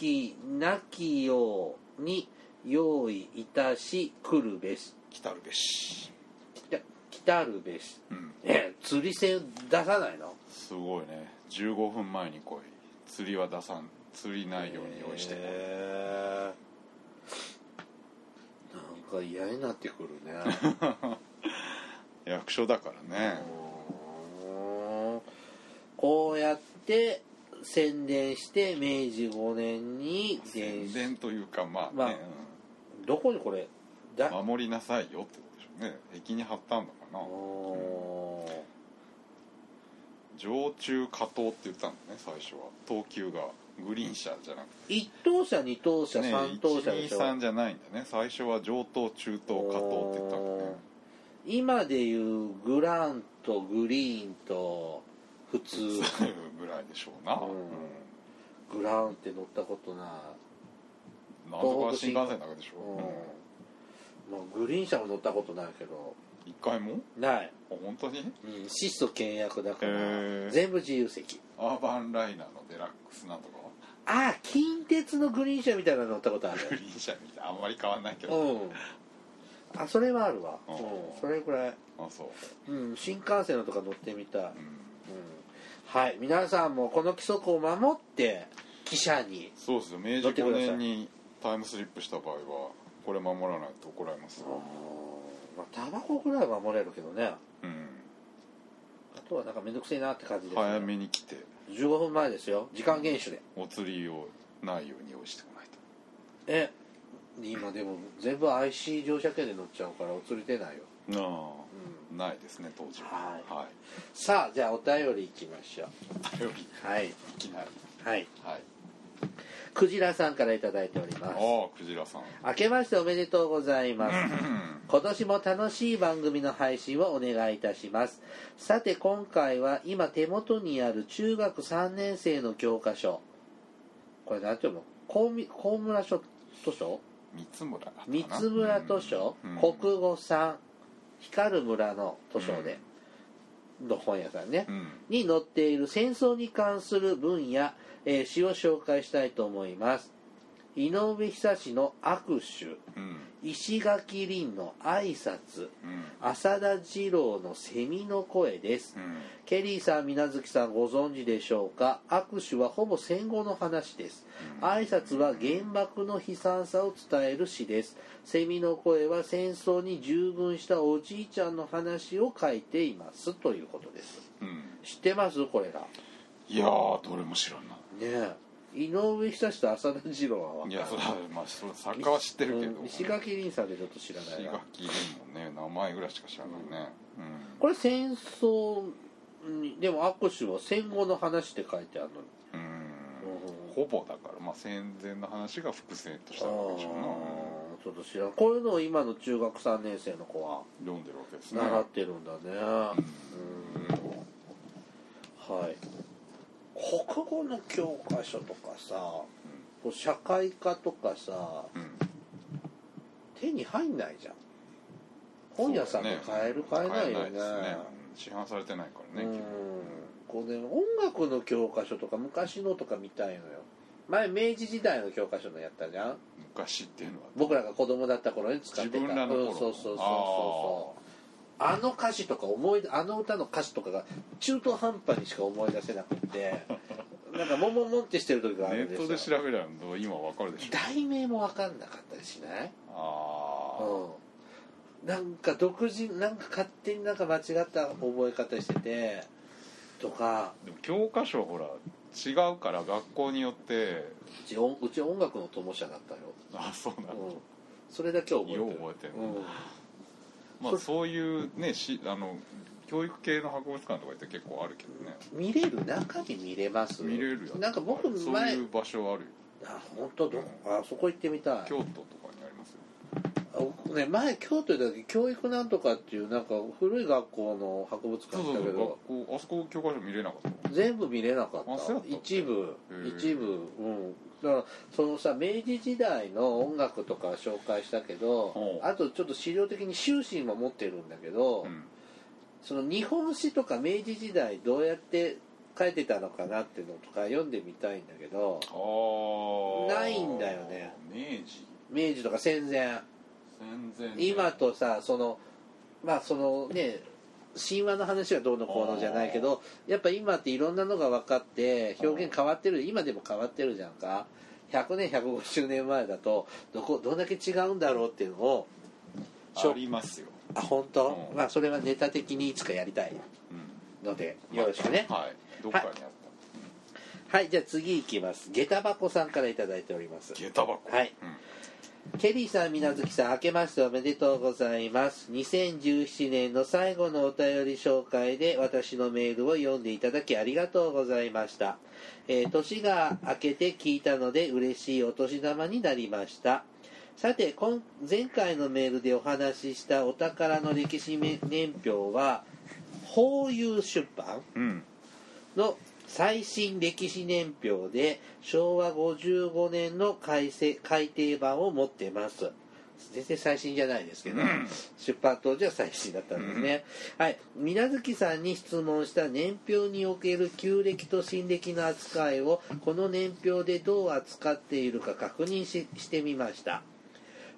Speaker 1: 引なきように用意いたし来るべし
Speaker 2: 来たるべし
Speaker 1: 来た来たるべし
Speaker 2: うん
Speaker 1: え釣り船出さないの
Speaker 2: すごいね15分前に来い釣りは出さん釣りないように用意して、
Speaker 1: へーなんか嫌になってくる ね
Speaker 2: 役所だからね
Speaker 1: うーんこうやって宣伝して明治5年に電
Speaker 2: 宣伝というかまあね、
Speaker 1: まあどこにこれだ
Speaker 2: うん守りなさいよってことでしょうね駅に貼ったんだかな
Speaker 1: おー
Speaker 2: 常駐下等って言ったんだね最初は等級がグリーン車じゃなく
Speaker 1: 一等車二等
Speaker 2: て
Speaker 1: 車
Speaker 2: ね
Speaker 1: 三等車でしょ
Speaker 2: 123じゃないんだね最初は上等中等下等って言ったんだね
Speaker 1: 今でいうグランとグリーンと普通
Speaker 2: そういうぐらいでしょうな、
Speaker 1: うんグランって乗ったことない
Speaker 2: うん、なんとか新幹線だけでし
Speaker 1: うん
Speaker 2: ょ、
Speaker 1: まあ、グリーン車も乗ったことないけど
Speaker 2: うん、一回も
Speaker 1: ない、
Speaker 2: あ本当に
Speaker 1: うん、質素倹約だから、
Speaker 2: へー
Speaker 1: 全部自由席
Speaker 2: アーバンライナーのデラックスなんとかは
Speaker 1: ああ近鉄のグリーン車みたいなの乗ったことあ
Speaker 2: グ
Speaker 1: る
Speaker 2: リーン車みたいあんまり変わんない け
Speaker 1: う
Speaker 2: ど、
Speaker 1: んあそれはあるわ、
Speaker 2: う
Speaker 1: うんん、それぐらい、
Speaker 2: あそう、
Speaker 1: うん、新幹線のとか乗ってみたい、うん
Speaker 2: うん、
Speaker 1: はい皆さんもこの規則を守って汽車に
Speaker 2: そうですよ明治
Speaker 1: 乗ってく
Speaker 2: 5
Speaker 1: ださい
Speaker 2: 年にタイムスリップした場合はこれ守らないと怒られますよ
Speaker 1: まあタバコぐらいは守れるけどね
Speaker 2: うん
Speaker 1: あとはなんか面倒くせえなって感じです、ね、
Speaker 2: 早めに来て
Speaker 1: 15分前ですよ時間厳守で
Speaker 2: お釣りをないように用意してこないと
Speaker 1: え今でも全部 IC 乗車券で乗っちゃうからお釣り出ないよ
Speaker 2: なあ、ないですね当時は
Speaker 1: は
Speaker 2: は
Speaker 1: さあじゃあお便りいきましょ
Speaker 2: い頼りいう
Speaker 1: はい
Speaker 2: きなり
Speaker 1: はい
Speaker 2: はい
Speaker 1: クジラさんから頂いております
Speaker 2: ああクジラさん
Speaker 1: 明けましておめでとうございます
Speaker 2: うん
Speaker 1: 今年も楽しい番組の配信をお願いいたしますさて今回は今手元にある中学3年生の教科書これ何て読むの高み高村書図書
Speaker 2: 三村だったか
Speaker 1: 三
Speaker 2: な
Speaker 1: 村図書、
Speaker 2: うん
Speaker 1: 国語さん光る村の図書で、の本屋さんね
Speaker 2: う、ん
Speaker 1: に載っている戦争に関する文や、えー詩を紹介したいと思います井上久志の握手
Speaker 2: うん
Speaker 1: 石垣凛の挨拶
Speaker 2: うん
Speaker 1: 浅田二郎のセミの声です
Speaker 2: うん
Speaker 1: ケリーさん水無月さんご存知でしょうか握手はほぼ戦後の話です挨拶は原爆の悲惨さを伝える詩ですセミの声は戦争に従軍したおじいちゃんの話を書いていますということです
Speaker 2: うん
Speaker 1: 知ってますこれらね
Speaker 2: いやーどれも知らんな
Speaker 1: え井上久志と浅田次郎は分
Speaker 2: い
Speaker 1: か
Speaker 2: やそれはまあそれ作家は知ってるけど
Speaker 1: うん石垣凛さんでちょっと知らない
Speaker 2: 石
Speaker 1: な
Speaker 2: 垣でもね名前ぐらいしか知らないね
Speaker 1: これ戦争にでも握手は戦後の話って書いてあるのに
Speaker 2: うん、うん、ほぼだからまあ戦前の話が伏線とし
Speaker 1: あ
Speaker 2: たわけでしょうな
Speaker 1: ーちょっと知らんこういうのを今の中学3年生の子は
Speaker 2: 読んでるわけですね
Speaker 1: 習ってるんだねうんはい国語の教科書とかさこう社会科とかさ
Speaker 2: うん
Speaker 1: 手に入んないじゃん本屋さんで買える買えないよ
Speaker 2: 買
Speaker 1: ね
Speaker 2: えですねうん市販されてないからね
Speaker 1: うん
Speaker 2: 基本
Speaker 1: こうね音楽の教科書とか昔のとか見たいのよ前明治時代の教科書のやったじゃん
Speaker 2: 昔っていうのは
Speaker 1: 僕らが子供だった頃に使ってた
Speaker 2: 自分らの頃
Speaker 1: うんそうそうそうそうそうあの歌詞とか思い出あの歌の歌詞とかが中途半端にしか思い出せなく てなんかモンモンモンってしてる時があ
Speaker 2: ネ
Speaker 1: るんで
Speaker 2: ッ
Speaker 1: す
Speaker 2: ト
Speaker 1: よ
Speaker 2: で調べれば 今わかるでしょ
Speaker 1: 題名も分かんなかったりしない、
Speaker 2: あ
Speaker 1: うん、なんか独自なんか勝手になんか間違った覚え方しててとか
Speaker 2: でも教科書はほら違うから学校によって
Speaker 1: うち音うち音楽の友者だったよ、
Speaker 2: あそうな
Speaker 1: うん
Speaker 2: の、、
Speaker 1: それだけは覚えて
Speaker 2: よ
Speaker 1: る
Speaker 2: う覚えてる、
Speaker 1: うん
Speaker 2: ま
Speaker 1: そ
Speaker 2: あ
Speaker 1: れ
Speaker 2: そういうねしあの教育系の博物館とか行って結構あるけどね
Speaker 1: 見れる中に見れます
Speaker 2: 見れるやつ
Speaker 1: なんか僕
Speaker 2: そう
Speaker 1: 前
Speaker 2: いう場所あるよ
Speaker 1: あ本当どあそこ行ってみたい
Speaker 2: 京都とかにありますよ
Speaker 1: あ僕ね前京都行った時教育なんとかっていうなんか古い学校の博物館
Speaker 2: そう
Speaker 1: 行
Speaker 2: そ
Speaker 1: っ
Speaker 2: う
Speaker 1: た
Speaker 2: そ
Speaker 1: け
Speaker 2: う
Speaker 1: ど
Speaker 2: 学校あそこ教科書見れなかったもん
Speaker 1: 全部見れなかっ
Speaker 2: あそうだったた
Speaker 1: 一部
Speaker 2: へえ
Speaker 1: 一部うんだからそのさ明治時代の音楽とかは紹介したけど
Speaker 2: おう
Speaker 1: あとちょっと資料的に修士も持ってるんだけど、
Speaker 2: うん
Speaker 1: その日本史とか明治時代どうやって書いてたのかなっていうのとか読んでみたいんだけど
Speaker 2: ああ
Speaker 1: ないんだよね
Speaker 2: 明治
Speaker 1: 明治とか戦前
Speaker 2: 全然
Speaker 1: 今とさそのまあそのね神話の話はどうのこうのじゃないけどやっぱ今っていろんなのが分かって表現変わってる今でも変わってるじゃんか100年150年前だとどこどんだけ違うんだろうっていうのを
Speaker 2: ありますよ、
Speaker 1: あ本当、
Speaker 2: うん
Speaker 1: まあそれはネタ的にいつかやりたい
Speaker 2: うん
Speaker 1: のでよろしくね
Speaker 2: はいどっかにあった、
Speaker 1: はいじゃあ次いきます下駄箱さんから頂いております
Speaker 2: 下駄箱
Speaker 1: はい
Speaker 2: うん
Speaker 1: ケリーさん、みなずきさん、明けましておめでとうございます。2017年の最後のお便り紹介で私のメールを読んでいただきありがとうございました。えー年が明けて聞いたので嬉しいお年玉になりました。さて、今前回のメールでお話ししたお宝の歴史め年表は、法有出版
Speaker 2: うん
Speaker 1: の最新歴史年表で昭和55年の改正改訂版を持ってます全然最新じゃないですけど、出版当時は最新だったんですね、はい水無月さんに質問した年表における旧暦と新暦の扱いをこの年表でどう扱っているか確認ししてみました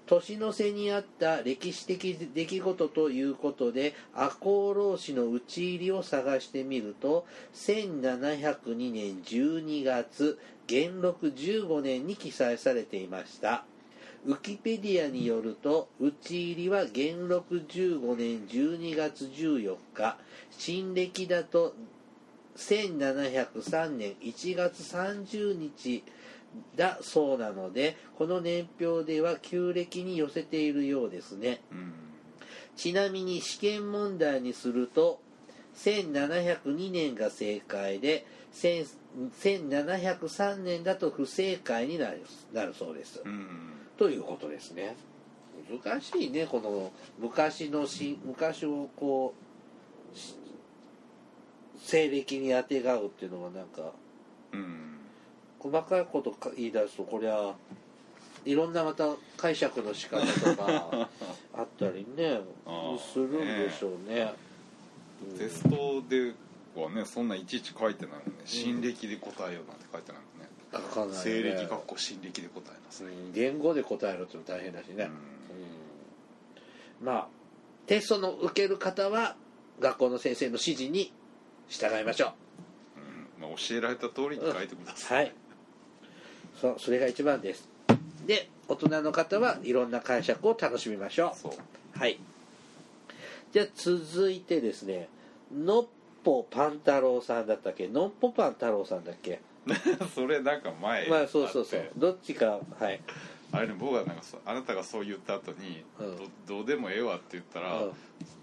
Speaker 1: 年の瀬にあった歴史的出来事ということで赤穂浪士の討ち入りを探してみると1702年12月元禄15年に記載されていましたウィキペディアによると討ち入りは元禄15年12月14日新暦だと1703年1月30日だそうなのでこの年表では旧暦に寄せているようですね
Speaker 2: うん
Speaker 1: ちなみに試験問題にすると1702年が正解で1000 1703年だと不正解になるなるそうです、
Speaker 2: うん
Speaker 1: ということですね難しいねこの昔のし昔をこうし西暦にあてがうっていうのはなんか
Speaker 2: うん
Speaker 1: 細かいことか言い出すとこりゃいろんなまた解釈の仕方と かあったりね
Speaker 2: ああ
Speaker 1: するんでしょうねうん
Speaker 2: テストではねそんないちいち書いてないもんね新暦で答えようなんて書いてないもんね
Speaker 1: 書かないね
Speaker 2: 西暦学校新暦で答えます
Speaker 1: う
Speaker 2: ね
Speaker 1: ん言語で答えるっていうの大変だしね、
Speaker 2: うん
Speaker 1: うんまあテストの受ける方は学校の先生の指示に従いましょ
Speaker 2: うんまあ教えられた通りに書いてくだ
Speaker 1: う
Speaker 2: さ
Speaker 1: はいいそそれが一番ですで大人の方はいろんな解釈を楽しみましょ
Speaker 2: そう
Speaker 1: うはいじゃあ続いてですねのっぽパン太郎さんだったっけのっぽパン太郎さんだっけ
Speaker 2: それなんか前
Speaker 1: まあそうそうそ
Speaker 2: あっ
Speaker 1: う
Speaker 2: て
Speaker 1: どっちかはい
Speaker 2: あれね僕はなんかそうあなたがそう言った後に、
Speaker 1: うん
Speaker 2: どどうでもええわって言ったら、
Speaker 1: うん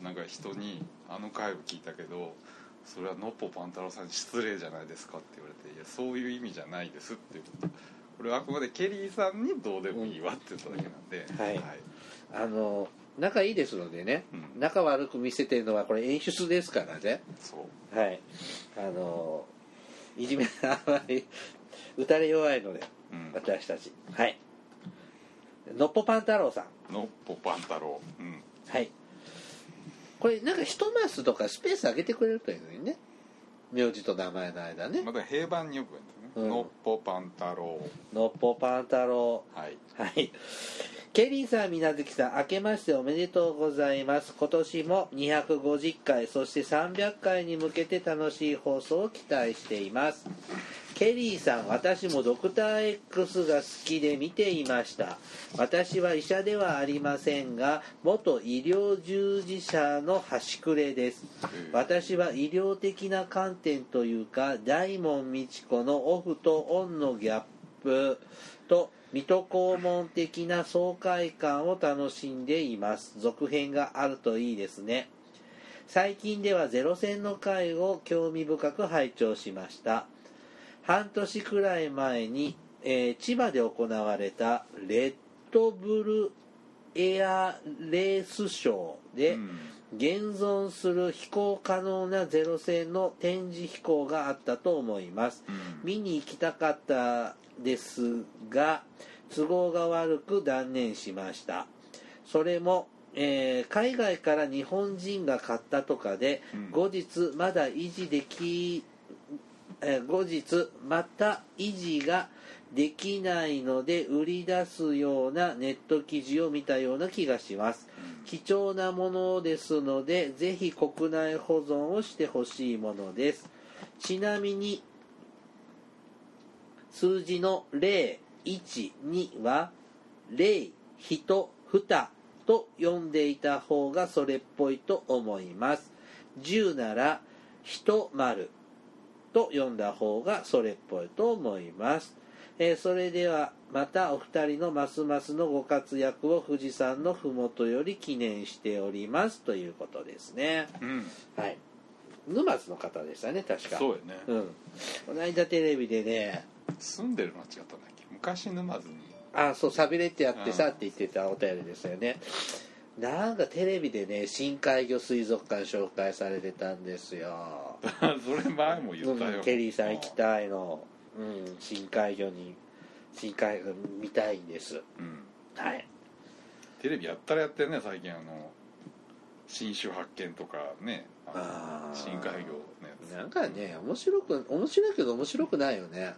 Speaker 2: なんか人に「あの回を聞いたけどそれはのっぽパン太郎さんに失礼じゃないですか」って言われて「いやそういう意味じゃないです」って言ったこれはあくまでケリーさんに「どうでもいいわ」って言っただけなんで、
Speaker 1: んはいあの仲いいですのでね、
Speaker 2: うん
Speaker 1: 仲悪く見せてるのはこれ演出ですからね
Speaker 2: そう
Speaker 1: はいあのいじめあまり打たれ弱いので
Speaker 2: うん
Speaker 1: 私たちはいのっぽパン太郎さん
Speaker 2: のっぽパン太郎うん
Speaker 1: はいこれなんか一マスとかスペース上げてくれるというのにね名字と名前の間ね
Speaker 2: また平板によくやった
Speaker 1: う
Speaker 2: ね、
Speaker 1: ん
Speaker 2: のっぽパン太郎
Speaker 1: のっぽパン太郎
Speaker 2: はい
Speaker 1: はい。ケリーさん、みなずきさん、明けましておめでとうございます。今年も250回、そして300回に向けて楽しい放送を期待しています。ケリーさん私もドクター X が好きで見ていました私は医者ではありませんが元医療従事者の端くれです私は医療的な観点というか大門未知子のオフとオンのギャップと水戸黄門的な爽快感を楽しんでいます続編があるといいですね最近ではゼロ戦の回を興味深く拝聴しました半年くらい前に、えー千葉で行われたレッドブルエアレースショーで、
Speaker 2: うん
Speaker 1: 現存する飛行可能なゼロ戦の展示飛行があったと思います、
Speaker 2: うん
Speaker 1: 見に行きたかったですが都合が悪く断念しましたそれも、えー海外から日本人が買ったとかで、
Speaker 2: うん
Speaker 1: 後日まだ維持でき、えー後日また維持ができないので売り出すようなネット記事を見たような気がします貴重なものですのでぜひ国内保存をしてほしいものですちなみに数字の012は0人蓋と読んでいた方がそれっぽいと思います10なら人丸と読んだ方がそれっぽいと思います、えーそれではまたお二人のますますのご活躍を富士山の麓より記念しておりますということですね
Speaker 2: うん
Speaker 1: はい沼津の方でしたね確か
Speaker 2: そうやね
Speaker 1: うんこの間テレビでね
Speaker 2: 住んでるのは違ったんだっけ昔沼津に
Speaker 1: あそう寂れってやってさ
Speaker 2: うん
Speaker 1: って言ってたお便りですよねなんかテレビでね深海魚水族館紹介されてたんですよ
Speaker 2: それ前も言った
Speaker 1: う
Speaker 2: よ
Speaker 1: んケリーさん行きたいの、うん、深海魚に深海魚見たいんです
Speaker 2: うん
Speaker 1: はい
Speaker 2: テレビやったらやってるね最近あの新種発見とかねあ
Speaker 1: あー
Speaker 2: の深海魚のやつ
Speaker 1: なんかね面白く面白いけど面白くないよね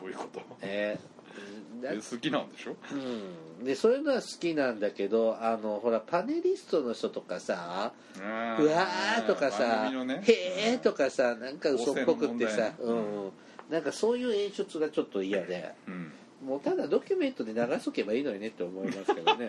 Speaker 2: どういうこと
Speaker 1: えーだ
Speaker 2: え好きなんでしょ
Speaker 1: うん、でそういうのは好きなんだけどあのほらパネリストの人とかさ
Speaker 2: うわ
Speaker 1: うわーとかさ、へーと
Speaker 2: か、
Speaker 1: かさなんか嘘っぽくってさ、
Speaker 2: 汚染の問題ね
Speaker 1: うんなんかそういう演出がちょっと嫌で
Speaker 2: うん、
Speaker 1: もうただドキュメントで流しとけばいいのにねって思いますけど ね、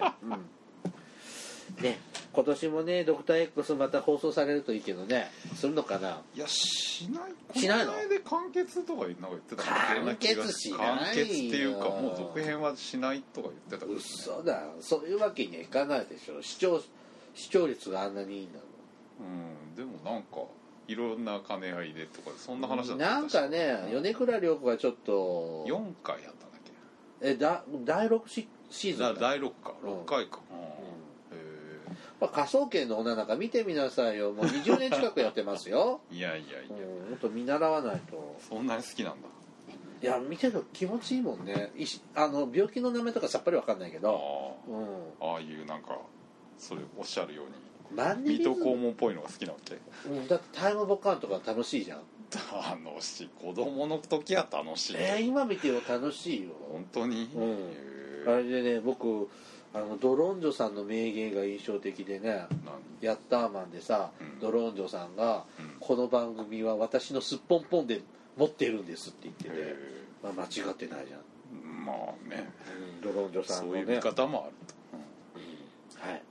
Speaker 1: うん、ね今年もね「ドクター x また放送されるといいけどねするのかない
Speaker 2: やしない
Speaker 1: しないの
Speaker 2: こ前で完結とかなんか言ってた
Speaker 1: 完結しないよ
Speaker 2: 完結っていうかもう続編はしないとか言ってたけどね
Speaker 1: 嘘だそういうわけにはいかないでしょ視聴視聴率があんなにいいんだもん
Speaker 2: うんでもなんかいろんな兼ね合いでとかそんな話だった
Speaker 1: なんかね
Speaker 2: 4
Speaker 1: 米倉涼子がちょっと
Speaker 2: 回やったんだっけ
Speaker 1: えだ第6シシーズンだ
Speaker 2: だ第6か
Speaker 1: うん
Speaker 2: 6回か、うんへ
Speaker 1: まあ、科捜研の女なんか見てみなさいよもう20年近くやってます よ
Speaker 2: えいやいやい
Speaker 1: うん
Speaker 2: や、
Speaker 1: もっと見習わないと
Speaker 2: そんなに好きなんだ
Speaker 1: いや見てると気持ちいいもんねいしあの病気の名前とかさっぱりわかんないけ
Speaker 2: あ
Speaker 1: ど、う
Speaker 2: あああいうなんかそれおっしゃるように
Speaker 1: ん、マンネリ
Speaker 2: 水
Speaker 1: ズ
Speaker 2: 戸
Speaker 1: ム
Speaker 2: 黄門っぽいのが好きなわけ
Speaker 1: うん、だってタイムボカンとか楽しいじゃん
Speaker 2: 楽しい子供の時は楽しい、
Speaker 1: えー、今見てよ楽しいよ
Speaker 2: 本当に、
Speaker 1: うん
Speaker 2: へ
Speaker 1: あ
Speaker 2: え
Speaker 1: れでね僕あのドロンジョさんの名言が印象的でね
Speaker 2: 何
Speaker 1: ヤッターマンでさ、
Speaker 2: うん
Speaker 1: ドロンジョさんが、
Speaker 2: うん
Speaker 1: この番組は私のすっぽんぽんで持ってるんです」って言ってて
Speaker 2: へ、
Speaker 1: まあ、間違ってないじゃん
Speaker 2: えまあね
Speaker 1: ドロンジョさん
Speaker 2: そ
Speaker 1: の
Speaker 2: うい
Speaker 1: ね
Speaker 2: う見方もあると、
Speaker 1: はい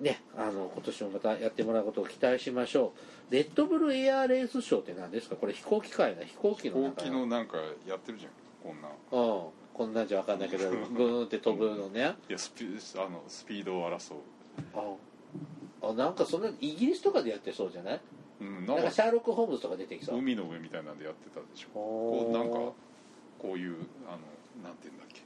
Speaker 1: ねあの今年もまたやってもらうことを期待しましょうレッドブルエアレースショーって何ですかこれ飛行機界な飛行機の
Speaker 2: うん、
Speaker 1: 中
Speaker 2: 飛行機のなんかやってるじゃんこんな
Speaker 1: うんこんなんじゃ分かんないけどグーンって飛ぶのね
Speaker 2: いやスピあのスピードを争う、
Speaker 1: ああなんかそんなイギリスとかでやってそうじゃない
Speaker 2: うん、
Speaker 1: なん
Speaker 2: なん
Speaker 1: か
Speaker 2: か
Speaker 1: シャーロック・ホームズとか出てきそう
Speaker 2: 海の上みたいなんでやってたでしょ
Speaker 1: おー
Speaker 2: こうなんかこういうあのなんていうんだっけ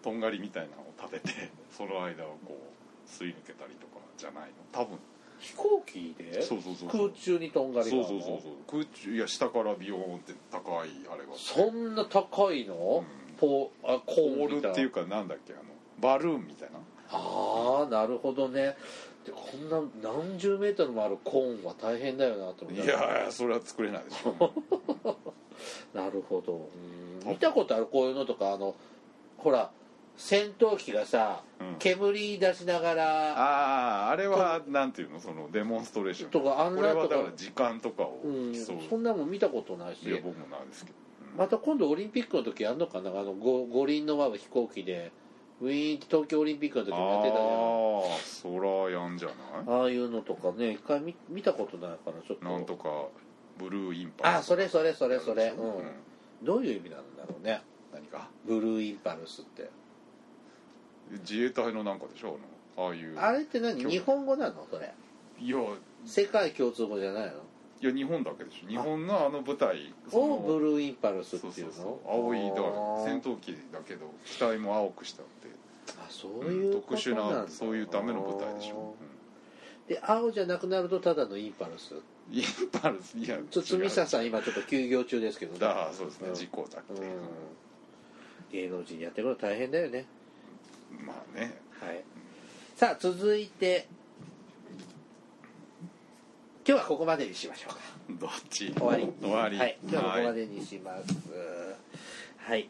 Speaker 2: とんがりみたいなのを食べて その間をこうすり抜けたりとかじゃないの多分
Speaker 1: 飛行機で
Speaker 2: そうそうそうそう
Speaker 1: 空中にとんがりがあ
Speaker 2: そう
Speaker 1: るの
Speaker 2: そうそうそう空中いや下からビヨーンって高いあれが
Speaker 1: そんな高いの、
Speaker 2: うん
Speaker 1: ポーあコ
Speaker 2: ポ
Speaker 1: ーン
Speaker 2: ー
Speaker 1: み
Speaker 2: ル
Speaker 1: た
Speaker 2: っ
Speaker 1: い
Speaker 2: てい
Speaker 1: な
Speaker 2: うかなんだっけあのバルーンみたいな
Speaker 1: ああなるほどねでこんな何十メートルもあるコーンは大変だよなと思っ
Speaker 2: い
Speaker 1: た
Speaker 2: やーそれは作れないでし ょ
Speaker 1: なるほどうん見たことあるこういうのとかあのほら戦闘機がさ、
Speaker 2: うん
Speaker 1: 煙出しながら
Speaker 2: あああれはなんていうのそのデモンストレーション
Speaker 1: とかあん
Speaker 2: こ
Speaker 1: な
Speaker 2: れ
Speaker 1: と
Speaker 2: はだ
Speaker 1: か
Speaker 2: から時間とかを
Speaker 1: うん
Speaker 2: 競
Speaker 1: そんなもん見たことないし
Speaker 2: ういや僕もなんですけど、うん
Speaker 1: また今度オリンピックの時やるのかなあの五五輪の輪は飛行機でウィーンって東京オリンピックの時
Speaker 2: あ
Speaker 1: もやってたじ
Speaker 2: あそらやんじゃない
Speaker 1: ゃんああいうのとかね一回見見たことないからちょっと
Speaker 2: なんとかブルーインパルス
Speaker 1: あそれそれそれそれ、
Speaker 2: う
Speaker 1: うん
Speaker 2: ん
Speaker 1: どういう意味なんだろうね何かブルーインパルスって
Speaker 2: 自衛隊のなんかでしょあのああいう
Speaker 1: あれって何
Speaker 2: 今日
Speaker 1: 日本語なのそれ
Speaker 2: いや
Speaker 1: 世界共通語じゃないの
Speaker 2: いや日本だけでしょ日本のあの舞台
Speaker 1: をブ
Speaker 2: ー
Speaker 1: ルーインパルス
Speaker 2: そ
Speaker 1: っ
Speaker 2: う
Speaker 1: てい
Speaker 2: そうう
Speaker 1: の
Speaker 2: そう青いだから戦闘機だけど機体も青くしたって
Speaker 1: あーあそういう
Speaker 2: 特
Speaker 1: こと
Speaker 2: 殊
Speaker 1: なんだ
Speaker 2: なそういうための舞台でしょ、
Speaker 1: で青じゃなくなるとただのインパルス
Speaker 2: うん、インパルスいや
Speaker 1: ちょ
Speaker 2: 違う
Speaker 1: みささん今ちょっと休業中ですけどね
Speaker 2: だそうですね、
Speaker 1: うん
Speaker 2: 事故だって
Speaker 1: う
Speaker 2: い
Speaker 1: ん
Speaker 2: う、
Speaker 1: 芸能人やってること大変だよね
Speaker 2: まあね
Speaker 1: はいさあ続いて今日はここまでにしましょうか
Speaker 2: どっち
Speaker 1: 終わり
Speaker 2: 終わり
Speaker 1: はい、今日はここま
Speaker 2: はい
Speaker 1: でにしますはい、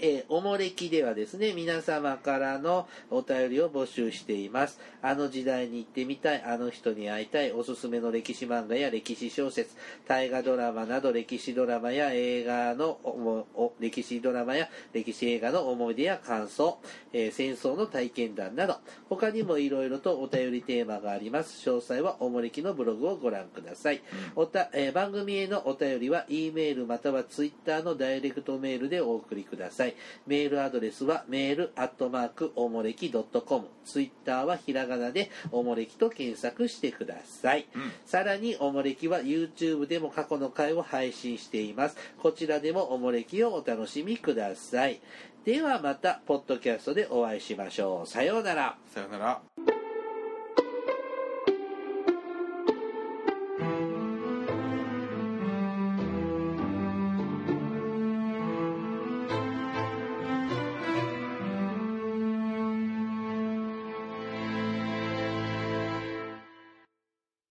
Speaker 1: えーおもれきではですね皆様からのお便りを募集していますあの時代に行ってみたいあの人に会いたいおすすめの歴史漫画や歴史小説大河ドラマなど歴史ドラマや映画のおもお歴史ドラマや歴史映画の思い出や感想、えー戦争の体験談など他にもいろいろとお便りテーマがあります詳細はおもれきのブログをご覧ください、おた、えー番組へのお便りは E メールまたは Twitter のダイレクトメールでお送りくださいメールアドレスはメールアットマークおもれき .com ツイッターはひらがなでおもれきと検索してください、さらにおもれきは YouTube でも過去の回を配信していますこちらでもおもれきをお楽しみくださいではまたポッドキャストでお会いしましょうさようなら
Speaker 2: さよなら